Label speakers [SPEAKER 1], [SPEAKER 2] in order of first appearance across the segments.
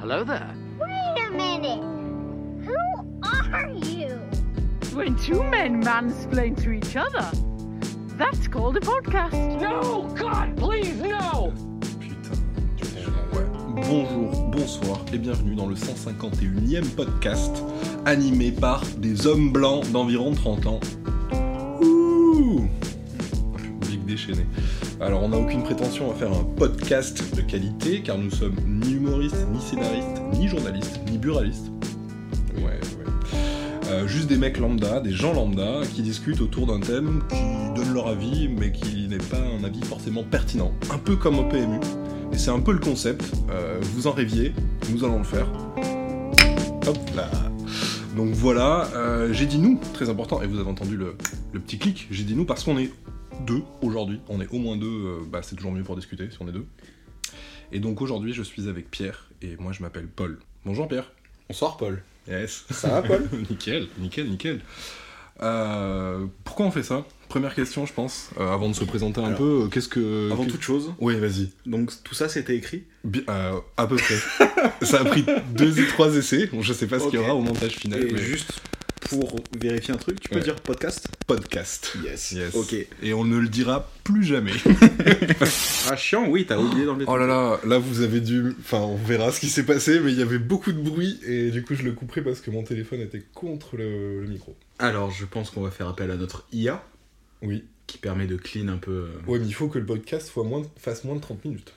[SPEAKER 1] Hello there.
[SPEAKER 2] Wait a minute. Who are you?
[SPEAKER 3] When two men mansplain to each other, that's called a podcast.
[SPEAKER 1] No! God, please, no!
[SPEAKER 4] Bonjour, bonsoir et bienvenue dans le 151e podcast animé par des hommes blancs d'environ 30 ans. Ouh Big déchaîné. Alors on n'a aucune prétention à faire un podcast de qualité car nous sommes ni humoristes, ni scénaristes, ni journalistes, ni buralistes. Ouais, ouais. Euh, juste des mecs lambda, des gens lambda qui discutent autour d'un thème, qui donnent leur avis mais qui n'est pas un avis forcément pertinent. Un peu comme au PMU. Et c'est un peu le concept. euh, vous en rêviez, nous allons le faire. Hop là. Donc voilà, euh, j'ai dit nous, très important, et vous avez entendu le, le petit clic, j'ai dit nous parce qu'on est deux aujourd'hui. On est au moins deux, euh, bah, c'est toujours mieux pour discuter si on est deux. Et donc aujourd'hui, je suis avec Pierre, et moi je m'appelle Paul. Bonjour Pierre.
[SPEAKER 5] Bonsoir Paul.
[SPEAKER 4] Yes.
[SPEAKER 5] Ça va Paul
[SPEAKER 4] nickel, nickel, nickel. Euh, pourquoi on fait ça Première question, je pense, euh, avant de se présenter un
[SPEAKER 5] Alors,
[SPEAKER 4] peu, euh, qu'est-ce que.
[SPEAKER 5] Avant
[SPEAKER 4] qu'est-
[SPEAKER 5] toute chose,
[SPEAKER 4] Oui, vas-y.
[SPEAKER 5] donc tout ça c'était écrit
[SPEAKER 4] Bi- euh, à peu près. ça a pris deux et trois essais. Bon, Je sais pas ce qu'il y
[SPEAKER 5] Ok.
[SPEAKER 4] aura au montage final.
[SPEAKER 5] Et
[SPEAKER 4] mais-
[SPEAKER 5] juste pour vérifier un truc, tu peux
[SPEAKER 4] Ouais.
[SPEAKER 5] dire podcast
[SPEAKER 4] Podcast.
[SPEAKER 5] Yes.
[SPEAKER 4] Yes.
[SPEAKER 5] Ok.
[SPEAKER 4] Et on ne le dira plus jamais.
[SPEAKER 5] Ah chiant, oui, t'as oublié d'enlever.
[SPEAKER 4] oh là là, là vous avez dû. Enfin, on verra ce qui s'est passé, mais il y avait beaucoup de bruit et du coup je le couperai parce que mon téléphone était contre le, le micro.
[SPEAKER 5] Alors je pense qu'on va faire appel à notre IA
[SPEAKER 4] Oui.
[SPEAKER 5] qui permet de clean un peu. euh,
[SPEAKER 4] Ouais, mais il faut que le podcast soit moins, fasse moins de 30 minutes.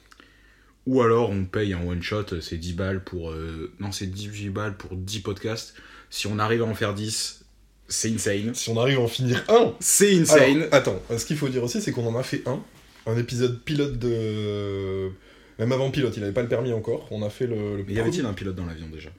[SPEAKER 5] Ou alors on paye un one shot, c'est 10 balles pour. euh, Non, c'est 18 balles pour 10 podcasts. Si on arrive à en faire 10, c'est insane.
[SPEAKER 4] Si on arrive à en finir un
[SPEAKER 5] C'est insane.
[SPEAKER 4] Alors, attends, euh, ce qu'il faut dire aussi, c'est qu'on en a fait un, un épisode pilote de. Même avant pilote, il avait pas le permis encore. On a fait le. le
[SPEAKER 5] Mais y avait-il un pilote dans l'avion déjà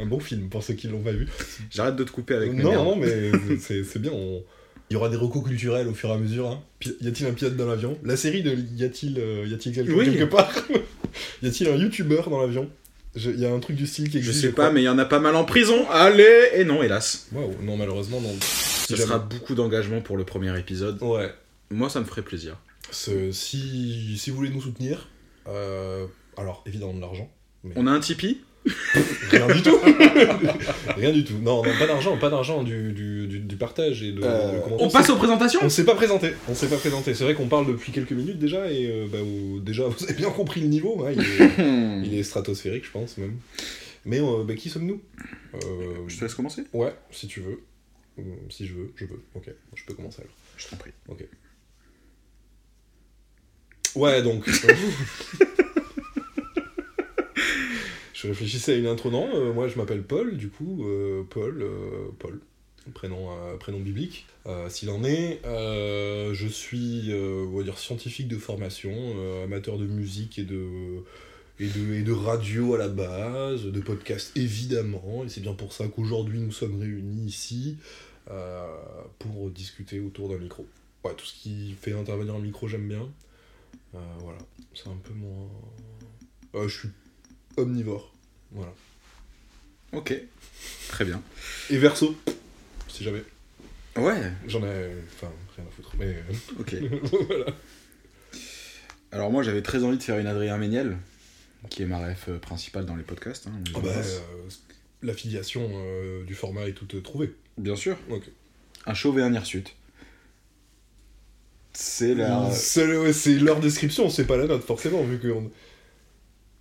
[SPEAKER 4] un bon film pour ceux qui l'ont pas vu.
[SPEAKER 5] J'arrête de te couper avec mes
[SPEAKER 4] non,
[SPEAKER 5] merdes.
[SPEAKER 4] non, mais c'est c'est bien. on- Il y aura des recos culturels au fur et à mesure. hein. Pi- Y a-t-il un pilote dans l'avion La série de Y a-t-il euh, y a-t-il quelqu'un
[SPEAKER 5] Oui.
[SPEAKER 4] quelque part Y a-t-il un youtubeur dans l'avion Je- Y a un truc du style qui
[SPEAKER 5] Je
[SPEAKER 4] existe.
[SPEAKER 5] sais pas, mais il y en a pas mal en prison. Allez Et non, hélas.
[SPEAKER 4] mais. Waouh, non, malheureusement, non. Si
[SPEAKER 5] Ce
[SPEAKER 4] jamais-
[SPEAKER 5] sera beaucoup d'engagement pour le premier épisode.
[SPEAKER 4] Ouais.
[SPEAKER 5] Moi, ça me ferait plaisir.
[SPEAKER 4] Ce- si, si vous voulez nous soutenir, euh, alors évidemment de l'argent.
[SPEAKER 5] On a un Tipeee
[SPEAKER 4] Rien du tout. Rien du tout. Non, non, pas d'argent, pas d'argent du, du, du- du partage et de.
[SPEAKER 5] Euh,
[SPEAKER 4] de comment-
[SPEAKER 5] On
[SPEAKER 4] sait-
[SPEAKER 5] passe aux présentations
[SPEAKER 4] On s'est pas présenté. On s'est pas présenté. C'est vrai qu'on parle depuis quelques minutes déjà et euh, bah, vous- déjà vous avez bien compris le niveau. hein, il, est,
[SPEAKER 5] Hmm.
[SPEAKER 4] il est stratosphérique, je pense même. Mais euh, bah, qui sommes-nous Euh,
[SPEAKER 5] Je te laisse commencer
[SPEAKER 4] Ouais, si tu veux. Hum, Si je veux, je peux. Ok, je peux commencer alors.
[SPEAKER 5] Je t'en prie.
[SPEAKER 4] Ouais, donc. euh, je réfléchissais à une intro, non euh, Moi, je m'appelle Paul, du coup, euh, Paul, euh, Paul, prénom, euh, prénom biblique, euh, s'il en est. Euh, je suis, euh, on va dire, scientifique de formation, euh, amateur de musique et de, et, de, et de radio à la base, de podcast évidemment, et c'est bien pour ça qu'aujourd'hui nous sommes réunis ici euh, pour discuter autour d'un micro. Ouais, tout ce qui fait intervenir un micro, j'aime bien. Euh, voilà, c'est un peu moins. Euh, je suis omnivore. Voilà.
[SPEAKER 5] Ok. Très bien.
[SPEAKER 4] Et verso, si jamais.
[SPEAKER 5] Ouais,
[SPEAKER 4] J'en ai. Enfin, rien à foutre. Mais. euh,
[SPEAKER 5] ok.
[SPEAKER 4] voilà.
[SPEAKER 5] Alors, moi, j'avais très envie de faire une Adrien Méniel, qui est ma ref euh, principale dans les podcasts. hein, je
[SPEAKER 4] Ah bah,
[SPEAKER 5] pense.
[SPEAKER 4] euh, L'affiliation euh, du format est toute trouvée.
[SPEAKER 5] Bien sûr.
[SPEAKER 4] Ok.
[SPEAKER 5] Un chauve et un hirsute. C'est la.
[SPEAKER 4] C'est ouais, c'est leur description, c'est pas la note, forcément, vu que.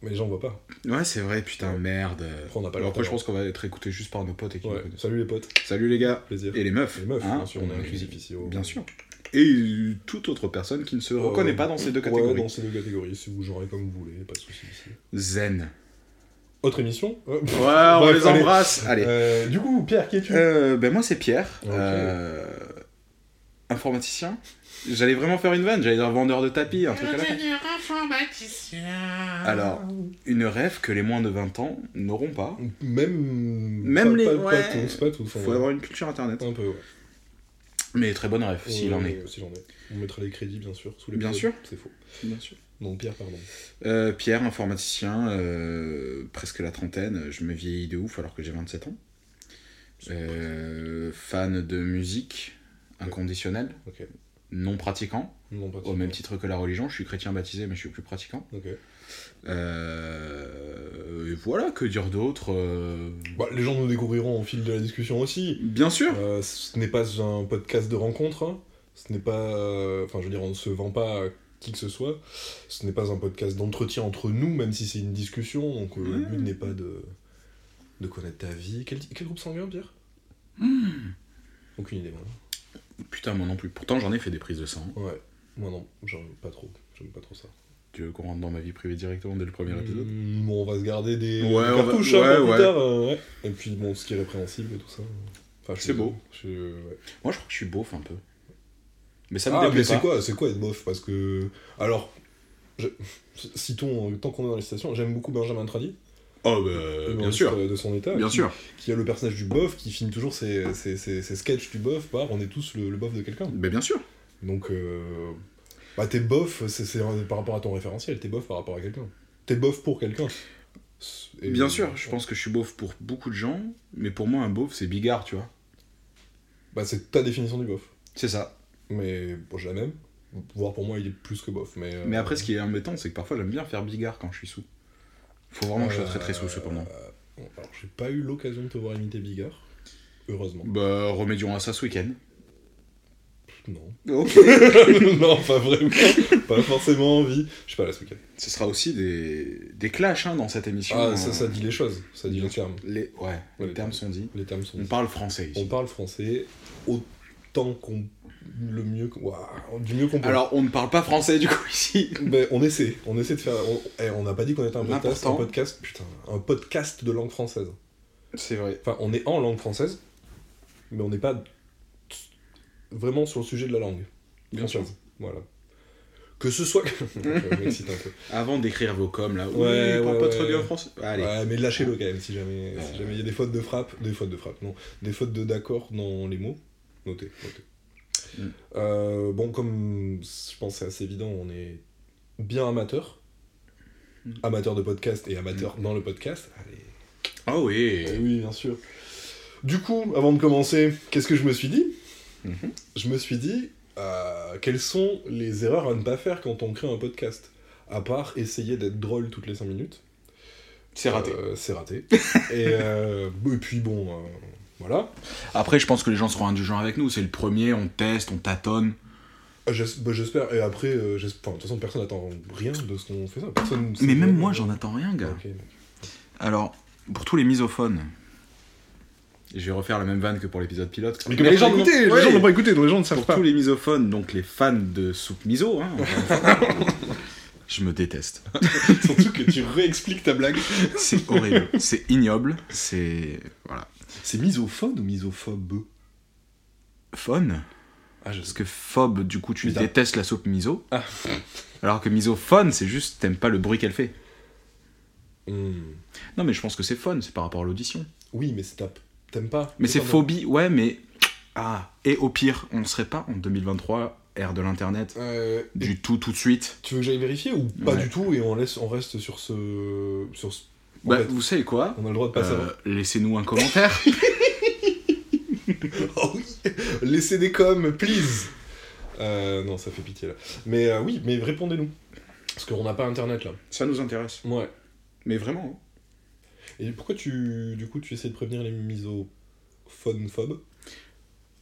[SPEAKER 4] Mais les gens voient pas.
[SPEAKER 5] Mmh. Ouais, c'est vrai, putain,
[SPEAKER 4] Ouais.
[SPEAKER 5] merde.
[SPEAKER 4] Après, on n'a pas
[SPEAKER 5] Bon,
[SPEAKER 4] le
[SPEAKER 5] après, je
[SPEAKER 4] temps.
[SPEAKER 5] pense qu'on va être écouté juste par nos potes et qui nous
[SPEAKER 4] Ouais.
[SPEAKER 5] connaissent.
[SPEAKER 4] Salut les potes,
[SPEAKER 5] Salut les gars.
[SPEAKER 4] plaisir.
[SPEAKER 5] Et les meufs.
[SPEAKER 4] Les meufs,
[SPEAKER 5] hein,
[SPEAKER 4] bien sûr, on est inclusif ici. au-
[SPEAKER 5] Bien sûr. Et toute autre personne qui ne se
[SPEAKER 4] Euh,
[SPEAKER 5] reconnaît pas dans ces deux
[SPEAKER 4] ouais,
[SPEAKER 5] catégories.
[SPEAKER 4] dans ces deux catégories, si vous genrez comme vous voulez, pas de soucis ici.
[SPEAKER 5] Zen.
[SPEAKER 4] Autre émission euh,
[SPEAKER 5] Ouais, Ah, on
[SPEAKER 4] Bref,
[SPEAKER 5] les
[SPEAKER 4] allez.
[SPEAKER 5] embrasse. Allez.
[SPEAKER 4] euh, Du coup, Pierre, qui es-tu
[SPEAKER 5] Euh, ben moi c'est Pierre,
[SPEAKER 4] Ok.
[SPEAKER 5] euh, informaticien. J'allais vraiment faire une vanne, j'allais dire vendeur de tapis, un truc à la con. Alors, une rêve que les moins de 20 ans n'auront pas.
[SPEAKER 4] Même.
[SPEAKER 5] Même
[SPEAKER 4] pas-
[SPEAKER 5] les-
[SPEAKER 4] Pas,
[SPEAKER 5] ouais.
[SPEAKER 4] pas tous, pas tous. enfin,
[SPEAKER 5] Faut avoir une culture internet.
[SPEAKER 4] Un peu, ouais.
[SPEAKER 5] Mais très bonne rêve, s'il
[SPEAKER 4] Ouais,
[SPEAKER 5] en
[SPEAKER 4] ouais,
[SPEAKER 5] est.
[SPEAKER 4] ouais, S'il en est. On mettra les crédits, bien sûr. Sous les
[SPEAKER 5] Bien sûr.
[SPEAKER 4] C'est faux.
[SPEAKER 5] Bien sûr.
[SPEAKER 4] Non, Pierre, pardon.
[SPEAKER 5] Euh, Pierre, informaticien, euh, presque la trentaine, je me vieillis de ouf alors que j'ai 27 ans. Euh, fan de musique inconditionnelle,
[SPEAKER 4] Ok.
[SPEAKER 5] non pratiquant,
[SPEAKER 4] Non, pas
[SPEAKER 5] au même titre que la religion, je suis chrétien baptisé mais je suis plus pratiquant.
[SPEAKER 4] Ok.
[SPEAKER 5] Euh, et voilà, que dire d'autre euh,
[SPEAKER 4] Bah, les gens nous découvriront au fil de la discussion aussi.
[SPEAKER 5] Bien sûr
[SPEAKER 4] Euh, ce n'est pas un podcast de rencontre. hein. Ce n'est pas. euh, Enfin, je veux dire, on ne se vend pas à qui que ce soit. Ce n'est pas un podcast d'entretien entre nous, même si c'est une discussion. Donc, euh, le
[SPEAKER 5] Ouais.
[SPEAKER 4] but n'est pas de, de connaître ta vie. Quel, quel groupe sanguin, Pierre Aucune idée, moi.
[SPEAKER 5] Putain, moi non plus. Pourtant, j'en ai fait des prises de sang.
[SPEAKER 4] Ouais. Moi, non, j'aime pas trop. J'aime pas trop ça.
[SPEAKER 5] Tu veux qu'on rentre dans ma vie privée directement dès le premier épisode
[SPEAKER 4] Mm, bon, on va se garder des,
[SPEAKER 5] Ouais,
[SPEAKER 4] des
[SPEAKER 5] on va-
[SPEAKER 4] cartouches hein,
[SPEAKER 5] ouais,
[SPEAKER 4] pour plus
[SPEAKER 5] ouais.
[SPEAKER 4] tard. euh, ouais. Et puis, bon, ce qui est répréhensible et tout ça. Enfin, je-
[SPEAKER 5] C'est beau.
[SPEAKER 4] je- euh, ouais.
[SPEAKER 5] Moi, je crois que je suis beauf un peu. Mais ça me
[SPEAKER 4] Ah, mais
[SPEAKER 5] déplaît
[SPEAKER 4] c'est
[SPEAKER 5] pas.
[SPEAKER 4] quoi, c'est quoi être bof Parce que. Alors, je- citons, euh, tant qu'on est dans les citations, j'aime beaucoup Benjamin Tradi,
[SPEAKER 5] Oh, bah, euh, bien
[SPEAKER 4] humoriste,
[SPEAKER 5] sûr.
[SPEAKER 4] euh, de son état,
[SPEAKER 5] Bien
[SPEAKER 4] qui,
[SPEAKER 5] sûr.
[SPEAKER 4] qui a le personnage du bof, qui finit toujours ses, ses- ses- ses sketchs du bof par on est tous le, le bof de quelqu'un.
[SPEAKER 5] Mais bien sûr.
[SPEAKER 4] Donc, euh, bah, t'es bof, c'est c'est par rapport à ton référentiel, t'es bof par rapport à quelqu'un. T'es bof pour quelqu'un. Et-
[SPEAKER 5] Bien sûr, je pense que je suis beauf pour beaucoup de gens, mais pour moi, un beauf, c'est bigard, tu vois.
[SPEAKER 4] Bah, c'est ta définition du bof.
[SPEAKER 5] C'est ça.
[SPEAKER 4] Mais bon, j'ai la même. Voire pour moi, il est plus que bof. Mais, euh,
[SPEAKER 5] Mais après, ce qui est embêtant, c'est que parfois, j'aime bien faire bigard quand je suis sous. Faut
[SPEAKER 4] Oh,
[SPEAKER 5] vraiment que je sois très très sous, cependant.
[SPEAKER 4] Euh, bon, alors, j'ai pas eu l'occasion de te voir imiter Bigard. Heureusement.
[SPEAKER 5] Bah, remédions à ça ce week-end.
[SPEAKER 4] Non.
[SPEAKER 5] Ok.
[SPEAKER 4] non, pas vraiment. pas forcément envie. Je sais pas, la ce week-end.
[SPEAKER 5] ce sera aussi des, des clashs hein, dans cette émission.
[SPEAKER 4] Ah,
[SPEAKER 5] Euh,
[SPEAKER 4] ça, ça dit les choses. Ça dit Mm. les termes.
[SPEAKER 5] Les... Ouais,
[SPEAKER 4] Ouais.
[SPEAKER 5] les termes sont dits.
[SPEAKER 4] Les termes sont.
[SPEAKER 5] On parle français ici.
[SPEAKER 4] On parle français autant qu'on. Le mieux. qu'on- Ouah, du mieux qu'on peut.
[SPEAKER 5] Alors, on ne parle pas français du coup ici.
[SPEAKER 4] Ben, on essaie, on essaie de faire. On eh, on n'a pas dit qu'on était un podcast, un
[SPEAKER 5] L'important-
[SPEAKER 4] podcast, putain, un podcast de langue française.
[SPEAKER 5] C'est vrai.
[SPEAKER 4] Enfin, on est en langue française, mais on n'est pas vraiment sur le sujet de la langue.
[SPEAKER 5] Bien sûr.
[SPEAKER 4] française. Voilà. Que ce soit. Je m'excite un peu.
[SPEAKER 5] Avant d'écrire vos coms là,
[SPEAKER 4] Ouais,
[SPEAKER 5] oui, on parle
[SPEAKER 4] ouais,
[SPEAKER 5] pas
[SPEAKER 4] ouais.
[SPEAKER 5] très bien français. Allez.
[SPEAKER 4] Ouais, mais lâchez-le quand même, si jamais si
[SPEAKER 5] Ouais.
[SPEAKER 4] jamais il y a des fautes de frappe. Des fautes de frappe, non. Des fautes de d'accord dans les mots. Notez, notez.
[SPEAKER 5] Mm.
[SPEAKER 4] Euh, bon, comme je pense que c'est assez évident, on est bien amateur.
[SPEAKER 5] Mm.
[SPEAKER 4] Amateur de podcast et amateur dans le podcast. Allez.
[SPEAKER 5] Ah oui.
[SPEAKER 4] Eh oui, bien sûr. Du coup, avant de commencer, qu'est-ce que je me suis dit
[SPEAKER 5] Mhm.
[SPEAKER 4] Je me suis dit, euh, quelles sont les erreurs à ne pas faire quand on crée un podcast À part essayer d'être drôle toutes les 5 minutes.
[SPEAKER 5] C'est raté.
[SPEAKER 4] Euh, c'est raté. et, euh, et puis bon, euh, voilà.
[SPEAKER 5] Après, je pense que les gens seront indulgents avec nous. C'est le premier, on teste, on tâtonne.
[SPEAKER 4] J'es- bah, J'espère. Et après, euh, j'es- enfin, de toute façon, personne n'attend rien de ce qu'on fait ça. Personne
[SPEAKER 5] Mais même moi, j'en attends rien, gars.
[SPEAKER 4] Ok, mec.
[SPEAKER 5] Alors, pour tous les misophones, je vais refaire la même vanne que pour l'épisode pilote.
[SPEAKER 4] Mais, les gens
[SPEAKER 5] n'ont-
[SPEAKER 4] n'ont écouté,
[SPEAKER 5] Ouais.
[SPEAKER 4] les gens n'ont pas écouté, donc les gens ne savent
[SPEAKER 5] Pour
[SPEAKER 4] pas.
[SPEAKER 5] tous les misophones, donc les fans de soupe miso, hein, je me déteste.
[SPEAKER 4] Surtout que tu réexpliques ta blague.
[SPEAKER 5] C'est horrible, c'est ignoble, c'est voilà,
[SPEAKER 4] C'est misophone ou misophobe
[SPEAKER 5] phone.
[SPEAKER 4] Ah, je
[SPEAKER 5] Parce que phobe, du coup, tu
[SPEAKER 4] Mais t'as-
[SPEAKER 5] détestes la soupe miso.
[SPEAKER 4] Ah.
[SPEAKER 5] Alors que misophone, c'est juste t'aimes pas le bruit qu'elle fait.
[SPEAKER 4] Hmm.
[SPEAKER 5] Non, mais je pense que c'est phone, c'est par rapport à l'audition.
[SPEAKER 4] Oui, mais c'est ta- T'aimes pas.
[SPEAKER 5] Mais c'est
[SPEAKER 4] pas
[SPEAKER 5] phobie, ouais, mais ah. Et au pire, on serait pas en 2023, ère de l'internet,
[SPEAKER 4] normal. Euh, et
[SPEAKER 5] du tout tout de suite.
[SPEAKER 4] tu veux que j'aille vérifier ou pas
[SPEAKER 5] Ouais.
[SPEAKER 4] du tout et on, laisse, on reste sur ce... sur ce- En
[SPEAKER 5] Bah,
[SPEAKER 4] fait,
[SPEAKER 5] vous savez quoi
[SPEAKER 4] On a le droit de pas
[SPEAKER 5] Euh, Laissez-nous un commentaire.
[SPEAKER 4] savoir. Oh oui Laissez des coms, please Euh, Non, ça fait pitié là. Mais euh, oui, mais répondez-nous. Parce qu'on n'a pas internet là.
[SPEAKER 5] Ça nous intéresse,
[SPEAKER 4] Ouais.
[SPEAKER 5] mais vraiment. hein.
[SPEAKER 4] Et pourquoi tu. Du coup, tu essaies de prévenir les misophonophobes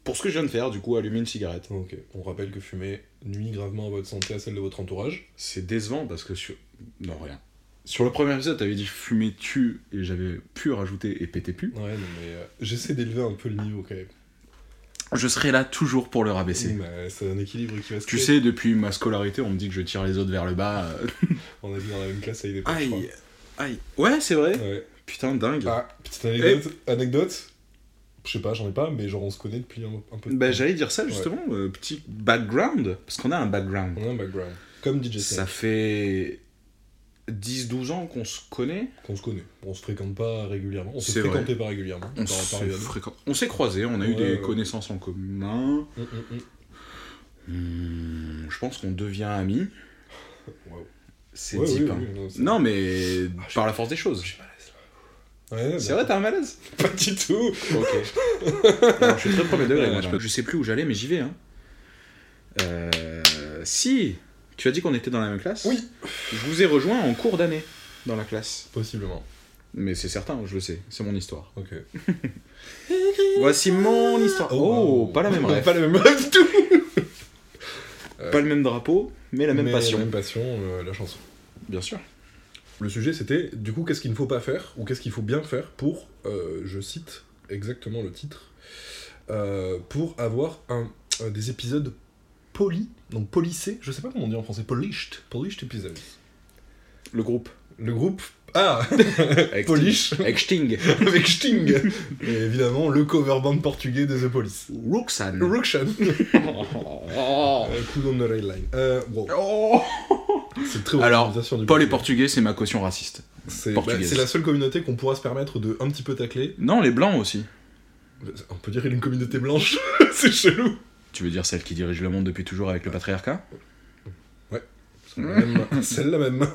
[SPEAKER 5] Pour ce que je viens de faire, du coup, allumer une cigarette.
[SPEAKER 4] Ok. On rappelle que fumer nuit gravement à votre santé, à celle de votre entourage.
[SPEAKER 5] C'est décevant parce que sur. Non, rien. Sur le premier épisode, t'avais dit fumer tu et j'avais pu rajouter et péter pu.
[SPEAKER 4] Ouais, non, mais euh, j'essaie d'élever un peu le niveau quand même.
[SPEAKER 5] Je serai là toujours pour le rabaisser.
[SPEAKER 4] Mais C'est un équilibre qui va se
[SPEAKER 5] Tu
[SPEAKER 4] créer.
[SPEAKER 5] sais, depuis ma scolarité, on me dit que je tire les autres vers le bas. euh.
[SPEAKER 4] On a vu dans la même classe à une époque. je crois.
[SPEAKER 5] Aïe. Ouais, c'est vrai.
[SPEAKER 4] Ouais.
[SPEAKER 5] Putain, dingue.
[SPEAKER 4] Ah, petite anecdote. Anecdote Je sais pas, j'en ai pas, mais genre on se connaît depuis un, un peu de
[SPEAKER 5] Bah,
[SPEAKER 4] temps.
[SPEAKER 5] j'allais dire ça justement, euh, petit background, parce qu'on a un background.
[SPEAKER 4] On a un background. bah, Comme DJ
[SPEAKER 5] Ça
[SPEAKER 4] Snake,
[SPEAKER 5] fait 10-12 ans qu'on se connaît.
[SPEAKER 4] qu'on se connaît. On se fréquente pas régulièrement. On se
[SPEAKER 5] C'est vrai.
[SPEAKER 4] fréquentait pas régulièrement.
[SPEAKER 5] On
[SPEAKER 4] par
[SPEAKER 5] s'est
[SPEAKER 4] période.
[SPEAKER 5] fréquent- on s'est croisés, on a eu
[SPEAKER 4] Ouais,
[SPEAKER 5] des
[SPEAKER 4] ouais.
[SPEAKER 5] connaissances en commun.
[SPEAKER 4] Hum, hum, hum.
[SPEAKER 5] Hmm, je pense qu'on devient amis.
[SPEAKER 4] Wow.
[SPEAKER 5] C'est
[SPEAKER 4] Ouais,
[SPEAKER 5] deep.
[SPEAKER 4] oui,
[SPEAKER 5] hein.
[SPEAKER 4] oui, non, c'est-
[SPEAKER 5] Non, mais
[SPEAKER 4] Ah, je-
[SPEAKER 5] par la force des choses.
[SPEAKER 4] Ouais,
[SPEAKER 5] C'est
[SPEAKER 4] bah,
[SPEAKER 5] vrai, t'as un malaise
[SPEAKER 4] Pas du tout
[SPEAKER 5] Ok. Alors, je suis très premier degré.
[SPEAKER 4] Ouais,
[SPEAKER 5] moi,
[SPEAKER 4] je
[SPEAKER 5] je, peux- je sais plus où j'allais, mais j'y vais. Hein. Euh, si Tu as dit qu'on était dans la même classe
[SPEAKER 4] Oui.
[SPEAKER 5] Je vous ai rejoint en cours d'année dans la classe.
[SPEAKER 4] Possiblement.
[SPEAKER 5] Mais c'est certain, je le sais, c'est mon histoire.
[SPEAKER 4] Ok.
[SPEAKER 5] Voici mon histoire. Oh, pas la même ref.
[SPEAKER 4] Pas la même rêve du tout.
[SPEAKER 5] Pas le même drapeau, mais la même
[SPEAKER 4] Mais
[SPEAKER 5] passion.
[SPEAKER 4] La même passion, euh, la chanson.
[SPEAKER 5] Bien sûr.
[SPEAKER 4] Le sujet, c'était du coup, qu'est-ce qu'il ne faut pas faire ou qu'est-ce qu'il faut bien faire pour, euh, je cite exactement le titre, euh, pour avoir un, euh, des épisodes polis, donc polissés, je sais pas comment on dit en français, polished, polished episodes.
[SPEAKER 5] Le groupe.
[SPEAKER 4] Le groupe. Ah
[SPEAKER 5] Avec
[SPEAKER 4] Polish.
[SPEAKER 5] Sting. Avec Sting.
[SPEAKER 4] Avec Sting Et évidemment, le cover band portugais de The Police.
[SPEAKER 5] Roxanne.
[SPEAKER 4] Ruction
[SPEAKER 5] Oh.
[SPEAKER 4] Coup on the rail line. Euh, wow.
[SPEAKER 5] Oh.
[SPEAKER 4] C'est très
[SPEAKER 5] Alors,
[SPEAKER 4] optimisation du
[SPEAKER 5] Paul est
[SPEAKER 4] portugais.
[SPEAKER 5] portugais, c'est ma caution raciste.
[SPEAKER 4] C'est bah,
[SPEAKER 5] portugaise.
[SPEAKER 4] c'est la seule communauté qu'on pourra se permettre de un petit peu tacler.
[SPEAKER 5] Non, les blancs aussi.
[SPEAKER 4] On peut dire une communauté blanche, c'est chelou.
[SPEAKER 5] Tu veux dire celle qui dirige le monde depuis toujours avec le patriarcat
[SPEAKER 4] C'est la même main. C'est la même main.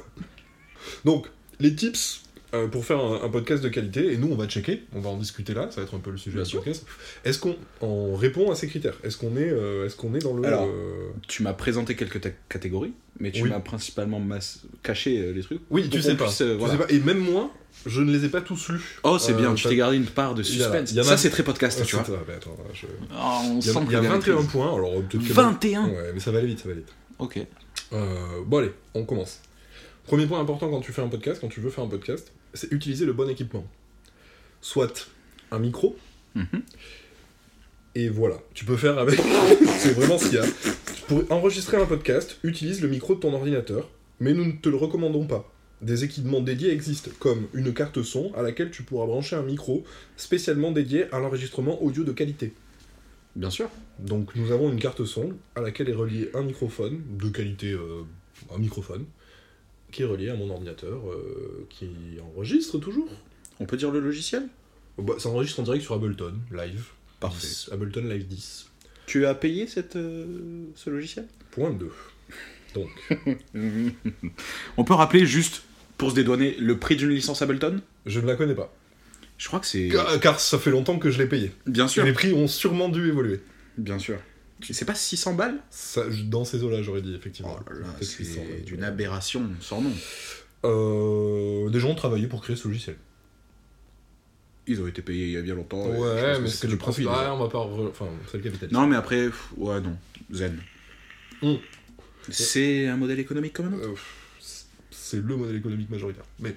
[SPEAKER 4] Donc, les tips euh, pour faire un, un podcast de qualité, et nous on va checker, on va en discuter là, ça va être un peu le sujet
[SPEAKER 5] Bien
[SPEAKER 4] du
[SPEAKER 5] sûr.
[SPEAKER 4] podcast. Est-ce qu'on on répond à ces critères Est-ce qu'on est, euh, est-ce qu'on est dans le.
[SPEAKER 5] Alors.
[SPEAKER 4] euh,
[SPEAKER 5] Tu m'as présenté quelques ta- catégories, mais tu
[SPEAKER 4] Oui.
[SPEAKER 5] m'as principalement mas- caché euh, les trucs.
[SPEAKER 4] Oui,
[SPEAKER 5] Pour
[SPEAKER 4] tu
[SPEAKER 5] qu'on
[SPEAKER 4] sais, pas.
[SPEAKER 5] puisse, euh,
[SPEAKER 4] Tu
[SPEAKER 5] voilà.
[SPEAKER 4] sais pas. Et même moi, je ne les ai pas tous lus.
[SPEAKER 5] Oh, c'est
[SPEAKER 4] Euh,
[SPEAKER 5] bien, tu
[SPEAKER 4] ça-
[SPEAKER 5] t'es gardé une part de
[SPEAKER 4] Il y en a-
[SPEAKER 5] suspense.
[SPEAKER 4] il y en a-
[SPEAKER 5] Ça, c'est très podcast,
[SPEAKER 4] Ah,
[SPEAKER 5] tu vois.
[SPEAKER 4] c'est- ah, bah, attends, je-
[SPEAKER 5] Ah, on
[SPEAKER 4] Il y a,
[SPEAKER 5] sent
[SPEAKER 4] il y a
[SPEAKER 5] que le gars
[SPEAKER 4] 21
[SPEAKER 5] maîtrise.
[SPEAKER 4] points, alors euh, peut-être que-
[SPEAKER 5] 21
[SPEAKER 4] Ouais, mais ça va aller vite, ça va aller vite.
[SPEAKER 5] Ok.
[SPEAKER 4] Euh, bon allez, on commence. Premier point important quand tu fais un podcast, quand tu veux faire un podcast, c'est utiliser le bon équipement. Soit un micro,
[SPEAKER 5] Mhm.
[SPEAKER 4] et voilà, tu peux faire avec... c'est vraiment ce qu'il y a. Pour enregistrer un podcast, utilise le micro de ton ordinateur, mais nous ne te le recommandons pas. Des équipements dédiés existent, comme une carte son à laquelle tu pourras brancher un micro spécialement dédié à l'enregistrement audio de qualité.
[SPEAKER 5] Bien sûr.
[SPEAKER 4] Donc nous avons une carte son à laquelle est relié un microphone de qualité euh, un microphone qui est relié à mon ordinateur euh, qui enregistre toujours.
[SPEAKER 5] On peut dire le logiciel
[SPEAKER 4] Bah, ça enregistre en direct sur Ableton Live.
[SPEAKER 5] Parfait.
[SPEAKER 4] 10, Ableton Live 10.
[SPEAKER 5] Tu as payé cette, euh, ce logiciel
[SPEAKER 4] Point 2. Donc,
[SPEAKER 5] On peut rappeler juste, pour se dédouaner, le prix d'une licence Ableton
[SPEAKER 4] je ne la connais pas.
[SPEAKER 5] Je crois que c'est.
[SPEAKER 4] Car, euh, car ça fait longtemps que je l'ai payé.
[SPEAKER 5] Bien
[SPEAKER 4] Et
[SPEAKER 5] sûr.
[SPEAKER 4] les prix ont sûrement dû évoluer.
[SPEAKER 5] Bien sûr. C'est pas 600 balles
[SPEAKER 4] Ça, je- dans ces eaux-là, j'aurais dit, effectivement.
[SPEAKER 5] Oh là là,
[SPEAKER 4] Peut-être 600,
[SPEAKER 5] c'est
[SPEAKER 4] mais-
[SPEAKER 5] d'une aberration sans nom.
[SPEAKER 4] Euh, des gens ont travaillé pour créer ce logiciel.
[SPEAKER 5] Ils ont été payés il y a bien longtemps. et je pense
[SPEAKER 4] Ouais,
[SPEAKER 5] que
[SPEAKER 4] mais c'est du profit.
[SPEAKER 5] profil.
[SPEAKER 4] Ouais, on va pas. re- Enfin, c'est le capitalisme.
[SPEAKER 5] Non, mais après, pff, ouais, non. Zen.
[SPEAKER 4] Hmm.
[SPEAKER 5] C'est un modèle économique comme un autre.
[SPEAKER 4] Euh, c'est le modèle économique majoritaire. Mais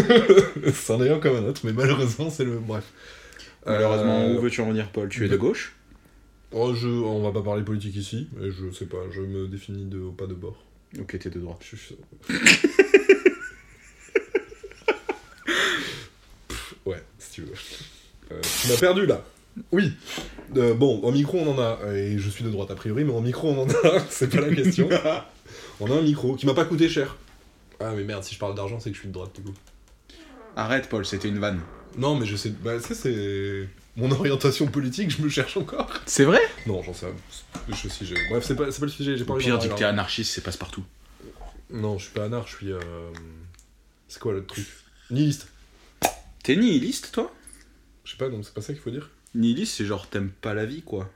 [SPEAKER 4] c'en est un comme un autre, mais malheureusement, c'est le. Bref.
[SPEAKER 5] Malheureusement,
[SPEAKER 4] Euh,
[SPEAKER 5] où veux-tu en venir, Paul Tu es
[SPEAKER 4] de-
[SPEAKER 5] de gauche
[SPEAKER 4] oh, je... On va pas parler politique ici, mais je sais pas, je me définis de... pas de bord.
[SPEAKER 5] Ok, t'es de droite.
[SPEAKER 4] Je suis- Pff, ouais, si tu veux. Euh, tu m'as perdu là. Oui. Euh, bon, en micro on en a, et je suis de droite a priori, mais en micro on en a, c'est pas la question. on a un micro qui m'a pas coûté cher. Ah mais merde, si je parle d'argent c'est que je suis de droite du coup.
[SPEAKER 5] Arrête, Paul, c'était une vanne.
[SPEAKER 4] Non, mais je sais. Bah, ça, c'est. Mon orientation politique, je me cherche encore.
[SPEAKER 5] C'est vrai
[SPEAKER 4] Non, j'en sais rien. Je sais, j'ai- Bref, c'est pas, c'est pas le sujet, j'ai pas
[SPEAKER 5] Au
[SPEAKER 4] envie
[SPEAKER 5] pire,
[SPEAKER 4] d'en
[SPEAKER 5] dit que t'es
[SPEAKER 4] parler,
[SPEAKER 5] anarchiste, c'est passe-partout.
[SPEAKER 4] alors. Non, je suis pas anard, je suis. euh, C'est quoi le truc Nihiliste.
[SPEAKER 5] T'es nihiliste, toi
[SPEAKER 4] Je sais pas, donc c'est pas ça qu'il faut dire
[SPEAKER 5] Nihiliste, c'est genre t'aimes pas la vie, quoi.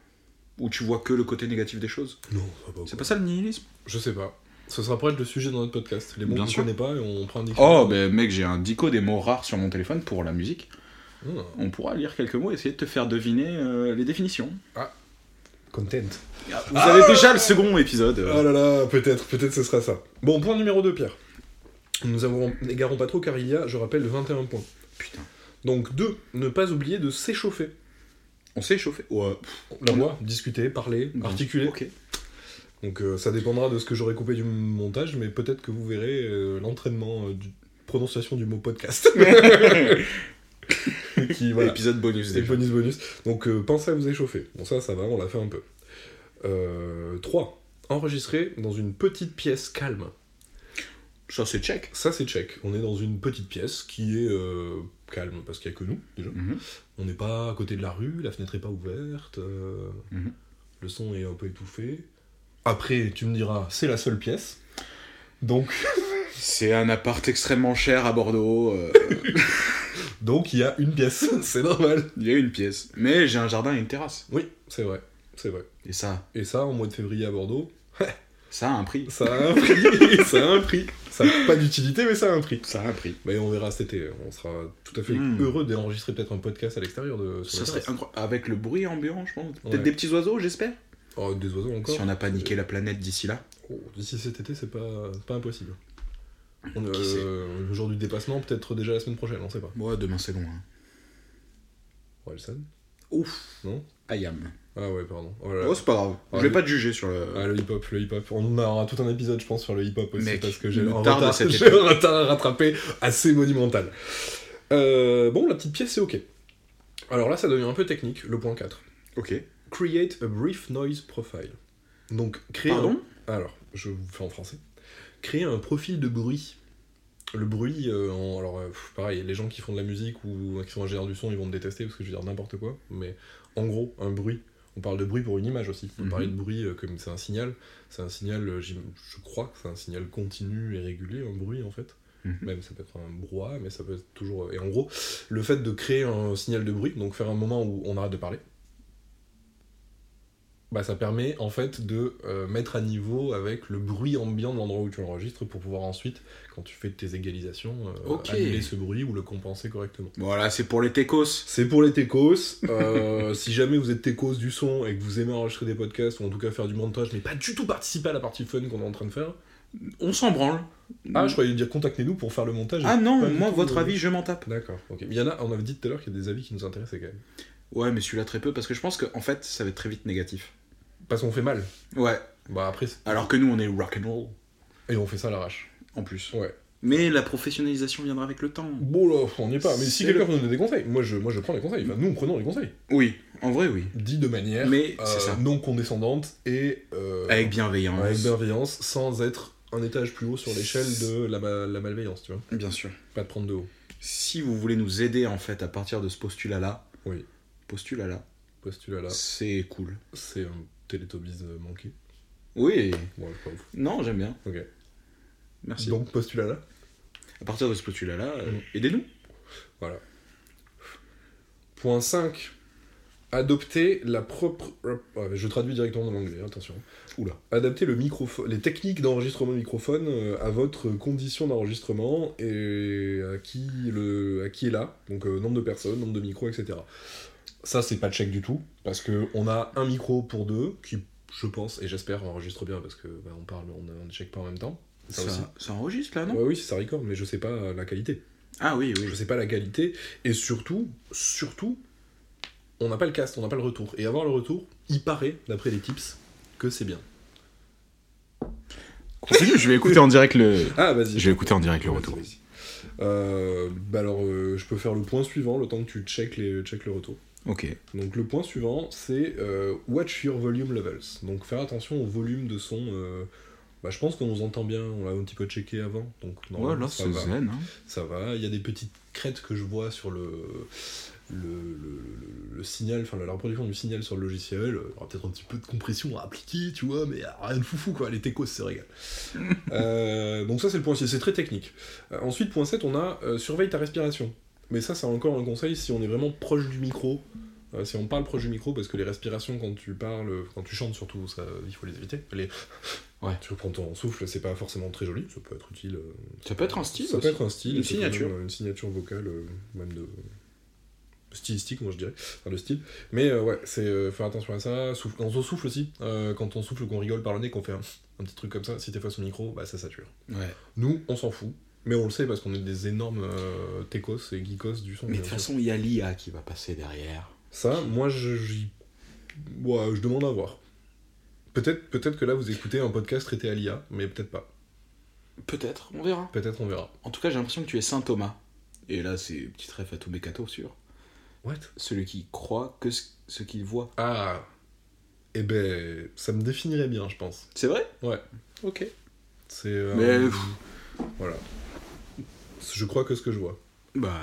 [SPEAKER 5] Ou tu vois que le côté négatif des choses.
[SPEAKER 4] Non, ça va.
[SPEAKER 5] C'est pas ça le nihilisme
[SPEAKER 4] Je sais pas. Ce sera peut-être le sujet dans notre podcast. Les mots
[SPEAKER 5] Bien
[SPEAKER 4] qu'on
[SPEAKER 5] sûr.
[SPEAKER 4] connaît pas et on prend un dictionnaire.
[SPEAKER 5] Oh, ben mec, j'ai un dico des mots rares sur mon téléphone pour la musique.
[SPEAKER 4] Hmm,
[SPEAKER 5] On pourra lire quelques mots et essayer de te faire deviner euh, les définitions.
[SPEAKER 4] Content.
[SPEAKER 5] Vous avez déjà le second épisode.
[SPEAKER 4] Ah là là, peut-être, peut-être ce sera ça. Bon, point numéro 2, Pierre. Nous avons- n'égarons pas trop car il y a, je rappelle, 21 points.
[SPEAKER 5] Putain.
[SPEAKER 4] Donc 2. Ne pas oublier de s'échauffer.
[SPEAKER 5] On s'est échauffé. Ouais. pff,
[SPEAKER 4] La voix, discuter, parler,
[SPEAKER 5] bon.
[SPEAKER 4] articuler.
[SPEAKER 5] Mmh. Ok.
[SPEAKER 4] Donc euh, ça dépendra de ce que j'aurai coupé du montage, mais peut-être que vous verrez euh, l'entraînement euh, du prononciation du mot podcast. qui voilà.
[SPEAKER 5] Épisode bonus
[SPEAKER 4] C'est
[SPEAKER 5] déjà.
[SPEAKER 4] bonus bonus. Donc euh, pensez à vous échauffer. Bon ça ça va, on l'a fait un peu. 3. Enregistrer dans une petite pièce calme.
[SPEAKER 5] Ça c'est check.
[SPEAKER 4] Ça c'est check. On est dans une petite pièce qui est euh, calme parce qu'il n'y a que nous déjà.
[SPEAKER 5] Mhm.
[SPEAKER 4] On n'est pas à côté de la rue, la fenêtre n'est pas ouverte, euh,
[SPEAKER 5] Mhm.
[SPEAKER 4] le son est un peu étouffé. Après, tu me diras, c'est la seule pièce. Donc,
[SPEAKER 5] C'est un appart extrêmement cher à Bordeaux. euh,
[SPEAKER 4] donc il y a une pièce, c'est normal.
[SPEAKER 5] Il y a une pièce. Mais j'ai un jardin et une terrasse.
[SPEAKER 4] Oui, c'est vrai, c'est vrai.
[SPEAKER 5] Et ça,
[SPEAKER 4] Et ça, en mois de février à Bordeaux,
[SPEAKER 5] Ça a un prix.
[SPEAKER 4] Ça a un prix, ça a un prix. Ça n'a pas d'utilité, mais ça a un prix.
[SPEAKER 5] Ça a un prix.
[SPEAKER 4] Mais on verra cet été. On sera tout à fait
[SPEAKER 5] Mm.
[SPEAKER 4] heureux d'enregistrer peut-être un podcast à l'extérieur de. sur
[SPEAKER 5] Ça
[SPEAKER 4] la
[SPEAKER 5] serait
[SPEAKER 4] terrasse.
[SPEAKER 5] incroyable. Avec le bruit ambiant, je pense. Peut-être
[SPEAKER 4] Ouais.
[SPEAKER 5] des petits oiseaux, j'espère.
[SPEAKER 4] Oh, des oiseaux encore.
[SPEAKER 5] Si on n'a pas niqué la planète d'ici là.
[SPEAKER 4] Oh, D'ici cet été, c'est pas, c'est pas impossible. On,
[SPEAKER 5] Qui
[SPEAKER 4] euh, le jour du dépassement, peut-être déjà la semaine prochaine, on sait pas.
[SPEAKER 5] Moi, demain, c'est hein. loin.
[SPEAKER 4] Wilson
[SPEAKER 5] Ouf.
[SPEAKER 4] Non
[SPEAKER 5] I am.
[SPEAKER 4] Ah ouais, pardon. Oh là là.
[SPEAKER 5] Oh, c'est pas grave.
[SPEAKER 4] Ah,
[SPEAKER 5] je vais
[SPEAKER 4] le-
[SPEAKER 5] pas te juger sur le.
[SPEAKER 4] Ah, le hip-hop, le hip-hop. On aura tout un épisode, je pense, sur le hip-hop aussi,
[SPEAKER 5] Mec,
[SPEAKER 4] parce que j'ai
[SPEAKER 5] il
[SPEAKER 4] un
[SPEAKER 5] me tarde
[SPEAKER 4] retard,
[SPEAKER 5] cet
[SPEAKER 4] j'ai
[SPEAKER 5] été.
[SPEAKER 4] un retard à rattraper assez monumental. Euh, bon, la petite pièce, c'est OK. Alors là, ça devient un peu technique, le point 4.
[SPEAKER 5] Ok.
[SPEAKER 4] Create a brief noise profile. Donc, créer... un-
[SPEAKER 5] Pardon
[SPEAKER 4] Alors, je vous fais en français. Créer un profil de bruit. Le bruit, euh, en- alors euh, pff, pareil, les gens qui font de la musique ou qui sont ingénieurs du son, ils vont me détester parce que je vais dire n'importe quoi. Mais en gros, un bruit. On parle de bruit pour une image aussi. On
[SPEAKER 5] Mhm.
[SPEAKER 4] parlait de bruit euh, comme c'est un signal. C'est un signal, euh, j'im- je crois que c'est un signal continu et régulier, un bruit en fait.
[SPEAKER 5] Mhm.
[SPEAKER 4] Même ça peut être un brouhaha, mais ça peut être toujours. euh, Et en gros, le fait de créer un signal de bruit, donc faire un moment où on arrête de parler, bah, ça permet en fait de euh, mettre à niveau avec le bruit ambiant de l'endroit où tu enregistres pour pouvoir ensuite, quand tu fais tes égalisations, euh,
[SPEAKER 5] Ok.
[SPEAKER 4] annuler ce bruit ou le compenser correctement.
[SPEAKER 5] Voilà, c'est pour les techos.
[SPEAKER 4] C'est pour les techos. Euh, si jamais vous êtes techos du son et que vous aimez enregistrer des podcasts ou en tout cas faire du montage, mais pas du tout participer à la partie fun qu'on est en train de faire.
[SPEAKER 5] On s'en branle.
[SPEAKER 4] Ah, je croyais dire contactez-nous pour faire le montage.
[SPEAKER 5] Mm. Ah
[SPEAKER 4] Pas
[SPEAKER 5] non,
[SPEAKER 4] du
[SPEAKER 5] moi,
[SPEAKER 4] tout,
[SPEAKER 5] votre
[SPEAKER 4] euh,
[SPEAKER 5] avis, je m'en tape.
[SPEAKER 4] D'accord. Ok. Mais Il y en a. On avait dit tout à l'heure qu'il y a des avis qui nous intéressaient quand même.
[SPEAKER 5] Ouais, mais celui-là, très peu, parce que je pense qu'en en fait, ça va être très vite négatif.
[SPEAKER 4] Parce qu'on fait mal.
[SPEAKER 5] Ouais.
[SPEAKER 4] Bah après c'est-
[SPEAKER 5] Alors que nous, on est rock'n'roll,
[SPEAKER 4] et on fait ça à l'arrache.
[SPEAKER 5] en plus.
[SPEAKER 4] Ouais.
[SPEAKER 5] Mais la professionnalisation viendra avec le temps.
[SPEAKER 4] Bon là, on n'y est pas. Mais si
[SPEAKER 5] C'est
[SPEAKER 4] quelqu'un
[SPEAKER 5] le-
[SPEAKER 4] peut nous donner des conseils, moi je, moi je prends les conseils. Enfin, nous on prenons les conseils.
[SPEAKER 5] Oui, en vrai, oui.
[SPEAKER 4] Dit de manière
[SPEAKER 5] Mais
[SPEAKER 4] euh,
[SPEAKER 5] c'est ça.
[SPEAKER 4] non condescendante et euh,
[SPEAKER 5] Avec bienveillance.
[SPEAKER 4] avec bienveillance, sans être un étage plus haut sur l'échelle de la, ma- la malveillance, tu vois.
[SPEAKER 5] Bien sûr.
[SPEAKER 4] Pas de prendre de haut.
[SPEAKER 5] Si vous voulez nous aider, en fait, à partir de ce postulat-là.
[SPEAKER 4] Oui. Ah.
[SPEAKER 5] Postulat-là.
[SPEAKER 4] Postulat là,
[SPEAKER 5] C'est cool.
[SPEAKER 4] c'est un Télétobies euh, manqué.
[SPEAKER 5] Oui.
[SPEAKER 4] Bon, c'est pas ouf.
[SPEAKER 5] Non, j'aime bien.
[SPEAKER 4] Ok.
[SPEAKER 5] Merci.
[SPEAKER 4] Donc postulat là.
[SPEAKER 5] à partir de ce postulat-là, euh,
[SPEAKER 4] Mm.
[SPEAKER 5] aidez-nous.
[SPEAKER 4] Point 5. Adopter la propre. euh, Ouais, je traduis directement de l'anglais, attention.
[SPEAKER 5] Oula.
[SPEAKER 4] Adapter le microphone, les techniques d'enregistrement microphone euh, à votre condition d'enregistrement et à qui, le, à qui est là, donc euh, nombre de personnes, nombre de micros, etc. Ça, c'est pas check du tout, parce que on a un micro pour deux qui, je pense et j'espère, enregistre bien parce que bah, on parle, mais on ne check pas en même temps. Ça aussi.
[SPEAKER 5] Ça, ça enregistre là, non
[SPEAKER 4] Ouais, oui, ça record, mais je sais pas euh, la qualité.
[SPEAKER 5] Ah oui, oui.
[SPEAKER 4] Je sais pas la qualité. Et surtout, surtout, on n'a pas le cast, on n'a pas le retour. Et avoir le retour, il paraît, d'après les tips, que c'est bien.
[SPEAKER 5] Continue, je vais écouter en direct le.
[SPEAKER 4] Ah, vas-y.
[SPEAKER 5] Je vais écouter en direct le retour.
[SPEAKER 4] Vas-y, vas-y. Euh, bah alors, euh, je peux faire le point suivant, le temps que tu check, les, check le retour.
[SPEAKER 5] Ok.
[SPEAKER 4] Donc le point suivant, c'est euh, watch your volume levels. Donc faire attention au volume de son. euh, bah, je pense qu'on nous entend bien, on l'a un petit peu checké avant. Donc
[SPEAKER 5] Ouais,
[SPEAKER 4] normalement,
[SPEAKER 5] là,
[SPEAKER 4] ça
[SPEAKER 5] c'est
[SPEAKER 4] va.
[SPEAKER 5] zen. hein.
[SPEAKER 4] ça va. Il y a des petites crêtes que je vois sur le, le, le- le- le signal, enfin la reproduction du signal sur le logiciel. Il y aura peut-être un petit peu de compression à appliquer, tu vois, mais rien de foufou quoi. Les techos, c'est régal. Euh, donc, ça, c'est le point 6, c'est très technique. Euh, ensuite, point 7, on a euh, surveille ta respiration. Mais ça, c'est encore un conseil si on est vraiment proche du micro. euh, si on parle proche du micro, parce que les respirations quand tu parles, quand tu chantes surtout, ça, il faut les éviter. Les...
[SPEAKER 5] Ouais.
[SPEAKER 4] Tu reprends ton souffle, c'est pas forcément très joli, ça peut être utile. euh,
[SPEAKER 5] Ça peut être un style.
[SPEAKER 4] ça peut
[SPEAKER 5] aussi.
[SPEAKER 4] être un style,
[SPEAKER 5] Une
[SPEAKER 4] ça peut même,
[SPEAKER 5] signature.
[SPEAKER 4] euh, une signature vocale, euh, même de stylistique, moi je dirais, enfin de style. Mais euh, ouais, c'est euh, faire attention à ça. Souffle, on se souffle aussi. euh, quand on souffle, qu'on rigole par le nez, qu'on fait un, un petit truc comme ça, si t'es face au micro, bah ça sature.
[SPEAKER 5] Ouais.
[SPEAKER 4] Nous, on s'en fout, mais on le sait parce qu'on est des énormes euh, techos et geekos du son.
[SPEAKER 5] Mais
[SPEAKER 4] bien
[SPEAKER 5] de toute
[SPEAKER 4] sûr.
[SPEAKER 5] façon, il y a l'IA qui va passer derrière.
[SPEAKER 4] Ça, moi, je, j'y- ouais, je demande à voir. Peut-être peut que là, vous écoutez un podcast traité à l'IA, mais peut-être pas.
[SPEAKER 5] Peut-être, on verra.
[SPEAKER 4] Peut-être on verra.
[SPEAKER 5] En tout cas, j'ai l'impression que tu es Saint Thomas. Et là, c'est petit rêve à tout Bécato, sûr.
[SPEAKER 4] What
[SPEAKER 5] Celui qui croit que ce, ce qu'il voit.
[SPEAKER 4] Ah Eh ben, ça me définirait bien, je pense.
[SPEAKER 5] C'est vrai
[SPEAKER 4] Ouais.
[SPEAKER 5] Ok.
[SPEAKER 4] C'est. euh,
[SPEAKER 5] Mais,
[SPEAKER 4] un-
[SPEAKER 5] pff.
[SPEAKER 4] Voilà. Je crois que ce que je vois.
[SPEAKER 5] Bah,